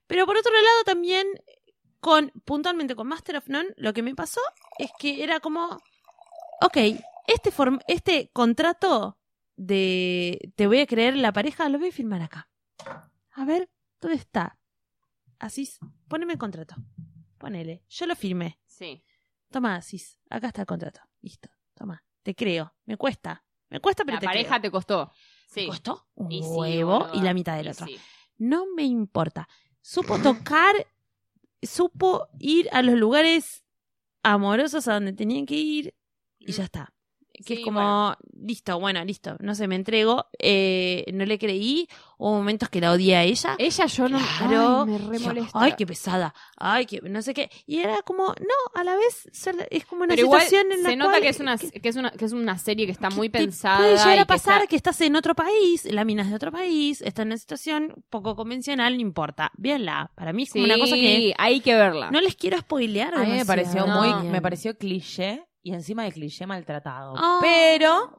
Speaker 1: Pero por otro lado también, con puntualmente con Master of None, lo que me pasó es que era como, ok, este, form- este contrato de te voy a creer la pareja, lo voy a firmar acá. A ver, ¿dónde está? Asís, poneme el contrato. Ponele, yo lo firmé.
Speaker 2: Sí.
Speaker 1: Toma, Asís, acá está el contrato. Listo, toma, te creo. Me cuesta, me cuesta, pero
Speaker 2: La
Speaker 1: te
Speaker 2: pareja
Speaker 1: creo.
Speaker 2: te costó. Sí.
Speaker 1: Me costó un
Speaker 2: Y sí,
Speaker 1: huevo y
Speaker 2: boluda.
Speaker 1: la mitad del
Speaker 2: Y
Speaker 1: otro
Speaker 2: sí.
Speaker 1: no me importa. Supo tocar, supo ir a los lugares amorosos a donde tenían que ir y ya está. Que
Speaker 2: Sí,
Speaker 1: es como,
Speaker 2: bueno.
Speaker 1: listo, bueno, listo, no sé, me entrego, eh, no le creí, hubo momentos que la odié a ella.
Speaker 2: Ella yo no.
Speaker 1: Claro.
Speaker 2: Ay, me
Speaker 1: Yo,
Speaker 2: remolesta.
Speaker 1: Ay, qué pesada. Ay, que no sé qué. Y era como, no, a la vez ser- es como una
Speaker 2: Pero igual
Speaker 1: situación en la
Speaker 2: se nota
Speaker 1: cual-
Speaker 2: que es, una, que, es una, que es una serie que está muy
Speaker 1: te
Speaker 2: pensada.
Speaker 1: Puede llegar
Speaker 2: y
Speaker 1: a pasar
Speaker 2: que
Speaker 1: que estás en otro país, la mina es de otro país, está en una situación poco convencional, no importa. Véanla. Para mí es
Speaker 2: está-
Speaker 1: como una cosa que
Speaker 2: Sí, hay que verla.
Speaker 1: no les quiero spoilear.
Speaker 3: Ah, A mí me
Speaker 1: demasiado.
Speaker 3: pareció
Speaker 2: No.
Speaker 3: muy, me pareció cliché y encima de cliché maltratado.
Speaker 1: Ah.
Speaker 3: Pero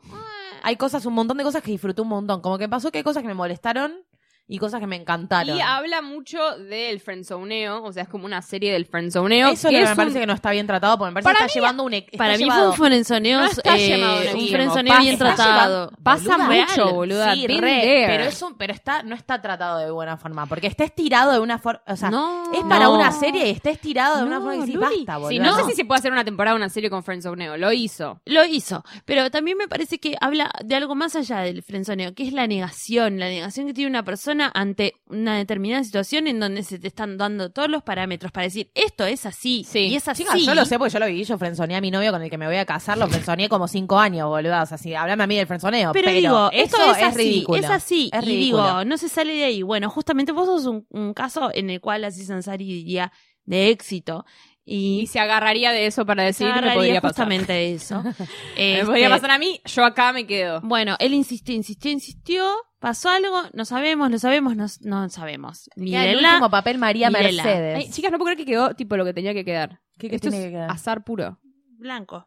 Speaker 3: hay cosas, un montón de cosas que disfruté un montón. Como que pasó que hay cosas que me molestaron y cosas que me encantaron.
Speaker 2: y habla mucho del friendzoneo, o sea, es como una serie del friendzoneo.
Speaker 3: Eso es lo que me
Speaker 2: es
Speaker 3: parece
Speaker 2: un-
Speaker 3: que no está bien tratado, porque me parece
Speaker 2: Para
Speaker 3: que está llevando un ex-
Speaker 1: Para
Speaker 3: está
Speaker 1: mí
Speaker 3: llevado-
Speaker 1: fue un frenzoneo,
Speaker 2: No está llevado
Speaker 1: eh,
Speaker 2: de
Speaker 1: un
Speaker 2: mimo,
Speaker 1: frenzoneo
Speaker 2: pa-
Speaker 1: bien
Speaker 2: está
Speaker 1: tratado.
Speaker 3: llevando-
Speaker 2: Pasa
Speaker 3: Boluda,
Speaker 2: mucho,
Speaker 1: real.
Speaker 2: boluda.
Speaker 3: Sí,
Speaker 2: been
Speaker 3: re,
Speaker 2: there.
Speaker 3: pero es un- pero está, no está tratado de buena forma, porque está estirado de una forma, o sea,
Speaker 1: no,
Speaker 3: es para
Speaker 2: no.
Speaker 3: una serie, y está estirado de una
Speaker 1: No,
Speaker 3: forma que decís,
Speaker 1: Luli,
Speaker 3: basta,
Speaker 2: Sí,
Speaker 3: boluda,
Speaker 2: no, sé si se puede hacer una temporada o una serie con friendzoneo. Lo hizo.
Speaker 1: Lo hizo, pero también me parece que habla de algo más allá del frenzoneo, que es la negación, la negación que tiene una persona ante una determinada situación en donde se te están dando todos los parámetros para decir esto es así
Speaker 2: Sí.
Speaker 1: y es así.
Speaker 3: Chicas, yo lo sé porque yo lo viví, yo frenzoneé a mi novio con el que me voy a casar, lo frenzoneé como cinco años, boluda. O sea, si háblame a mí del frenzoneo.
Speaker 1: Pero, digo, esto
Speaker 3: eso
Speaker 1: es, así,
Speaker 3: ridículo.
Speaker 1: es así,
Speaker 3: Es
Speaker 1: y
Speaker 3: ridículo.
Speaker 1: digo, no se sale de ahí. Bueno, justamente vos sos un, un caso en el cual así Sansari diría de éxito
Speaker 2: Y
Speaker 1: y
Speaker 2: se agarraría de eso para
Speaker 1: se
Speaker 2: decir me
Speaker 1: agarraría
Speaker 2: podría pasar.
Speaker 1: justamente de
Speaker 3: [LAUGHS]
Speaker 1: eso.
Speaker 2: Me
Speaker 1: Este,
Speaker 2: podría pasar a mí, yo acá me quedo.
Speaker 1: Bueno, él insistió, insistió, insistió. ¿Pasó algo? No sabemos, no sabemos, no, no sabemos.
Speaker 3: Mira, el
Speaker 1: Mírenla.
Speaker 3: último papel María
Speaker 1: Mirela.
Speaker 3: Mercedes.
Speaker 2: Ay, chicas, no puedo creer que quedó tipo lo que tenía que quedar.
Speaker 3: ¿Qué,
Speaker 2: Esto es azar puro.
Speaker 1: Blanco.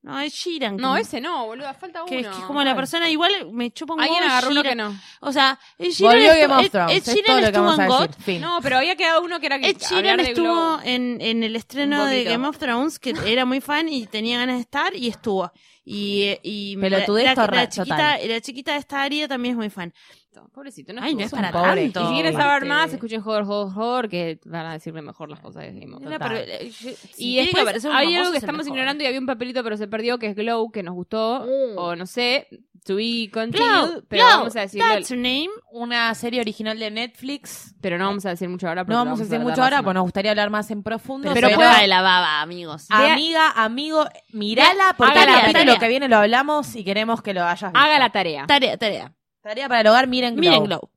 Speaker 1: No, es Shiran.
Speaker 2: No, ese no, boluda, falta uno.
Speaker 1: Que es que es como la persona, igual me chupa un
Speaker 2: Alguien
Speaker 1: huevo
Speaker 2: agarró uno
Speaker 1: Sheeran.
Speaker 2: que no.
Speaker 1: O sea, Ed Sheeran
Speaker 3: Volvió
Speaker 1: estu-
Speaker 3: Game of
Speaker 1: Ed-
Speaker 3: Thrones.
Speaker 1: Ed
Speaker 3: es
Speaker 1: Sheeran
Speaker 3: todo lo que
Speaker 1: estuvo
Speaker 3: vamos
Speaker 1: en
Speaker 3: a
Speaker 1: God.
Speaker 3: decir. Fin.
Speaker 2: No, pero había quedado uno que era que
Speaker 1: Ed Sheeran
Speaker 2: hablar de
Speaker 1: estuvo
Speaker 2: Glow.
Speaker 1: en, en el estreno
Speaker 2: Un
Speaker 1: de
Speaker 2: poquito.
Speaker 1: Game of Thrones, [LAUGHS] que era muy fan y tenía ganas de estar y estuvo. Y, eh, y
Speaker 3: Pelotudez
Speaker 1: la, la-
Speaker 3: torra-
Speaker 1: la chiquita,
Speaker 3: total.
Speaker 1: la chiquita de esta área también es muy fan.
Speaker 2: Pobrecito, no
Speaker 1: Ay, no es
Speaker 2: estuvo.
Speaker 1: para
Speaker 3: pobre.
Speaker 1: tanto.
Speaker 2: Y si quieren
Speaker 3: Aparte.
Speaker 2: saber más, escuchen Joder, Joder, Joder, que van a decirle mejor las cosas de Game of Thrones.
Speaker 1: Era,
Speaker 3: Total.
Speaker 1: pero, eh, yo- si
Speaker 2: Y
Speaker 1: tiene que
Speaker 2: después
Speaker 1: aparecer un
Speaker 2: hay
Speaker 1: famoso,
Speaker 2: algo que
Speaker 1: es el
Speaker 2: estamos
Speaker 1: mejor. Mm.
Speaker 2: ignorando y había un papelito pero se perdió que es Glow, que nos gustó, o no sé, to be continued,
Speaker 1: Glow,
Speaker 2: pero
Speaker 1: Glow,
Speaker 2: vamos a decirlo,
Speaker 1: That's her name.
Speaker 3: Una serie original de Netflix.
Speaker 2: pero no vamos a decir mucho ahora. porque
Speaker 3: No
Speaker 2: lo
Speaker 3: vamos a decir
Speaker 2: tratar
Speaker 3: mucho
Speaker 2: la
Speaker 3: ahora,
Speaker 2: semana.
Speaker 3: pues nos gustaría hablar más en profundo.
Speaker 1: Pero, Ah,
Speaker 2: Pero-
Speaker 1: juega de la baba, amigos.
Speaker 2: Vea-
Speaker 3: amiga, amigo, mirala, porque
Speaker 2: Haga
Speaker 3: el
Speaker 2: la
Speaker 3: capítulo
Speaker 1: tarea.
Speaker 3: que viene lo hablamos y queremos que lo hayas visto.
Speaker 2: Haga Ah, la tarea.
Speaker 1: Tarea, tarea.
Speaker 3: Tarea para el hogar, miren Glow.
Speaker 1: Miren Glow.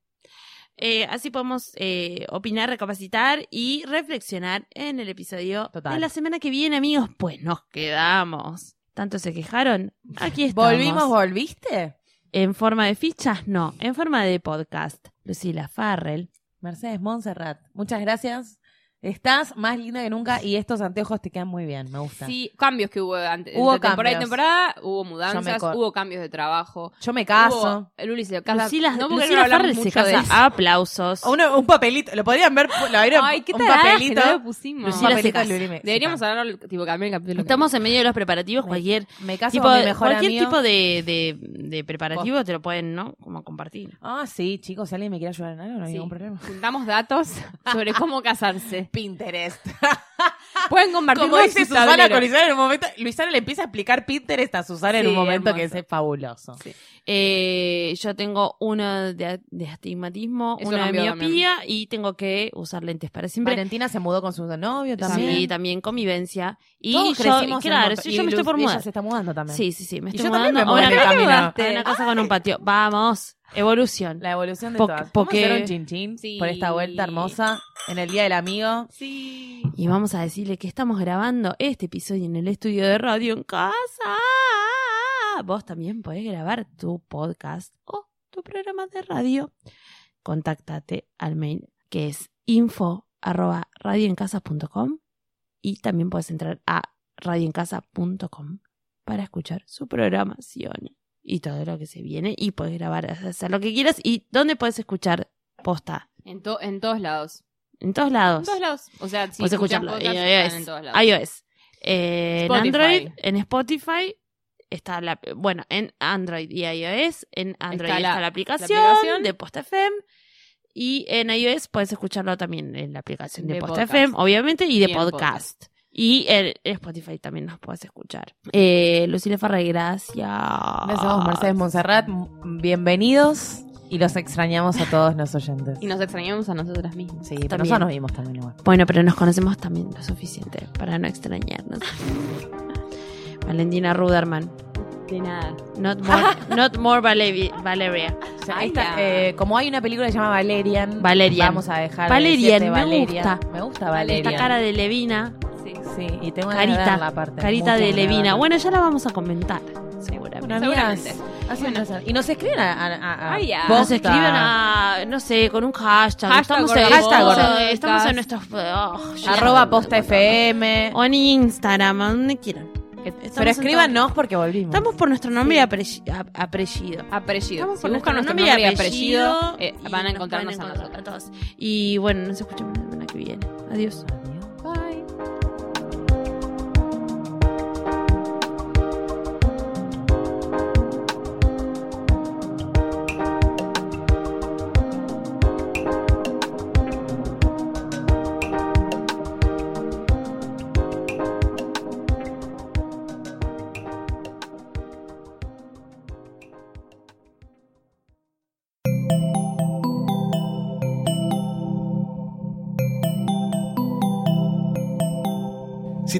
Speaker 1: Eh, así podemos eh, opinar, recapacitar y reflexionar en el episodio
Speaker 3: Total.
Speaker 1: de la semana que viene, amigos. Pues nos quedamos. ¿Tanto se quejaron?
Speaker 3: [LAUGHS]
Speaker 1: Aquí estamos.
Speaker 3: ¿Volvimos, volviste?
Speaker 1: ¿En forma de fichas? No, en forma de podcast. Lucila Farrell.
Speaker 3: Mercedes Montserrat, muchas gracias. Estás más linda que nunca y estos anteojos te quedan muy bien, me gustan.
Speaker 2: Sí, cambios que hubo antes.
Speaker 3: Hubo
Speaker 2: entre temporada y
Speaker 3: cambios.
Speaker 2: temporada, hubo
Speaker 3: Yo me
Speaker 2: mudanzas,
Speaker 3: cor-
Speaker 2: hubo cambios de trabajo.
Speaker 3: Yo me caso.
Speaker 2: Hubo, Luli se casa.
Speaker 1: Lucila,
Speaker 2: no porque
Speaker 1: Lucila
Speaker 2: no hablamos
Speaker 1: Farrell se
Speaker 2: mucho de
Speaker 1: casa.
Speaker 2: eso.
Speaker 1: Aplausos.
Speaker 3: Uno- un papelito, lo podrían ver, lo habría-
Speaker 2: Ay, qué
Speaker 3: un
Speaker 2: tarada,
Speaker 3: papelito.
Speaker 2: que no lo pusimos.
Speaker 3: un
Speaker 1: Lucila se
Speaker 3: papelito de
Speaker 1: casa.
Speaker 3: Luli me-
Speaker 2: Deberíamos
Speaker 3: se
Speaker 2: hablar, tipo, cambiar el capítulo.
Speaker 1: Estamos en medio de los preparativos.
Speaker 3: Me-
Speaker 1: Cualquier
Speaker 3: casa. Me caso
Speaker 1: tipo,
Speaker 3: con mi mejor
Speaker 1: cualquier
Speaker 3: amigo.
Speaker 1: tipo de, de, de preparativo te lo pueden, ¿no? Como compartir.
Speaker 3: Ah, sí, chicos, si alguien me quiere ayudar en algo, no hay
Speaker 2: Sí.
Speaker 3: ningún problema.
Speaker 2: [LAUGHS] Juntamos datos sobre cómo casarse.
Speaker 3: Pinterest.
Speaker 2: Pueden compartir
Speaker 3: [LAUGHS] Como
Speaker 2: con
Speaker 3: dice
Speaker 2: sus
Speaker 3: Susana
Speaker 2: tableros.
Speaker 3: con Luisana en un momento, Luisana le empieza a explicar Pinterest a Susana en
Speaker 2: Sí,
Speaker 3: un momento
Speaker 2: hermoso.
Speaker 3: que es fabuloso.
Speaker 2: Sí.
Speaker 1: Eh, yo tengo uno de, a- de astigmatismo,
Speaker 2: Eso
Speaker 1: uno de
Speaker 2: cambió también.
Speaker 1: miopía y tengo que usar lentes para siempre.
Speaker 3: Valentina se mudó con su novio también.
Speaker 1: Sí, también convivencia. Y
Speaker 3: Todos
Speaker 1: yo,
Speaker 3: crecimos en
Speaker 1: claro,
Speaker 3: moto-
Speaker 1: sí,
Speaker 3: y
Speaker 1: yo me estoy
Speaker 3: Luz-
Speaker 1: por
Speaker 3: ella
Speaker 1: mudar.
Speaker 3: se está mudando también.
Speaker 1: Sí, sí, sí, me
Speaker 3: Y
Speaker 1: estoy
Speaker 3: yo también
Speaker 1: mudando
Speaker 3: me
Speaker 1: a una,
Speaker 3: mudé. ¿Por qué te
Speaker 1: camina-
Speaker 3: mudaste?
Speaker 1: a una casa con un patio. Vamos, evolución.
Speaker 3: La evolución de
Speaker 1: Poc-
Speaker 3: todas.
Speaker 1: porque-
Speaker 3: Vamos a hacer un chin chin
Speaker 2: Sí.
Speaker 3: por esta vuelta hermosa en el Día del Amigo.
Speaker 2: Sí.
Speaker 1: Y vamos a decirle que estamos grabando este episodio en el estudio de radio en casa. Vos también podés grabar tu podcast o tu programa de radio. Contáctate al mail que es info arroba radioencasa.com y también podés entrar a radioencasa.com para escuchar su programación y todo lo que se viene y podés grabar, hacer lo que quieras y dónde podés escuchar posta.
Speaker 2: En, to- en todos lados.
Speaker 1: En todos lados.
Speaker 2: En todos lados. O sea, si
Speaker 1: Puedes
Speaker 2: escuchas
Speaker 1: Pues escucharlo
Speaker 2: podcast,
Speaker 1: en
Speaker 2: están
Speaker 1: iOS.
Speaker 2: en todos lados.
Speaker 1: iOS. Eh, en
Speaker 2: Spotify.
Speaker 1: Android, en Spotify está la bueno, en Android y iOS, en Android
Speaker 2: Está
Speaker 1: está
Speaker 2: la-
Speaker 1: la, aplicación,
Speaker 2: aplicación.
Speaker 1: de Post FM y en iOS puedes escucharlo también en la aplicación de,
Speaker 2: De
Speaker 1: Post
Speaker 2: podcast.
Speaker 1: FM, obviamente, y de
Speaker 2: Y en
Speaker 1: podcast. Y en Spotify también nos puedes escuchar. Eh, Lucile Farre, gracias.
Speaker 3: Ah, Gracias a vos, Mercedes Monserrat. M- Bienvenidos. Y los extrañamos a todos los oyentes.
Speaker 2: Y nos extrañamos a nosotras mismas.
Speaker 3: Sí, pero
Speaker 1: También.
Speaker 3: nosotros nos vimos también igual.
Speaker 1: Bueno, pero nos conocemos también lo suficiente para no
Speaker 2: [LAUGHS]
Speaker 1: extrañarnos. Valentina Ruderman.
Speaker 2: De nada.
Speaker 1: Not more, not more Valevi- Valeria.
Speaker 3: O sea,
Speaker 2: Ay,
Speaker 3: esta,
Speaker 2: la-
Speaker 3: eh, como hay una película que se llama Valerian,
Speaker 1: Valerian.
Speaker 3: vamos a dejar
Speaker 1: Valerian,
Speaker 3: de decirte
Speaker 1: me
Speaker 3: Valerian.
Speaker 1: gusta.
Speaker 3: Me gusta
Speaker 1: Esta
Speaker 3: Valerian.
Speaker 1: cara de Levina.
Speaker 2: Sí.
Speaker 3: Sí, y tengo ganas de
Speaker 1: Carita.
Speaker 3: verla aparte.
Speaker 1: Carita
Speaker 3: Muchas
Speaker 1: de
Speaker 3: ganas verla.
Speaker 1: Levina. Bueno, ya la vamos a comentar. Seguramente.
Speaker 3: Bueno, amigas,
Speaker 2: Seguramente.
Speaker 3: así
Speaker 2: Bueno.
Speaker 3: nos hacen. Y nos escriben a. a, a- a-
Speaker 2: Ay, ya.
Speaker 3: posta.
Speaker 1: Nos escriben a, no sé, con un hashtag.
Speaker 2: Hashtag
Speaker 1: estamos,
Speaker 2: gordo
Speaker 1: en,
Speaker 3: podcast.
Speaker 1: estamos en-
Speaker 2: Hashtag
Speaker 1: estamos en
Speaker 2: gordo
Speaker 1: nuestros. oh, yo-
Speaker 3: Arroba posta FM.
Speaker 1: O en Instagram, a donde quieran.
Speaker 3: Pero
Speaker 1: Estamos en
Speaker 3: escríbanos porque volvimos.
Speaker 1: Estamos por nuestro nombre y apelli- ap- apellido.
Speaker 2: Apellido.
Speaker 1: Estamos
Speaker 2: Si
Speaker 1: por
Speaker 2: buscan
Speaker 1: nuestro
Speaker 2: nuestro
Speaker 1: nombre y
Speaker 2: apellido,
Speaker 1: apellido.
Speaker 2: eh,
Speaker 1: y
Speaker 2: van a
Speaker 1: nos
Speaker 2: encontrarnos
Speaker 1: pueden
Speaker 2: a
Speaker 1: encontrar
Speaker 2: nosotros.
Speaker 1: todos. Y bueno, nos escuchamos la semana que viene. Adiós.
Speaker 2: Bye.
Speaker 5: Si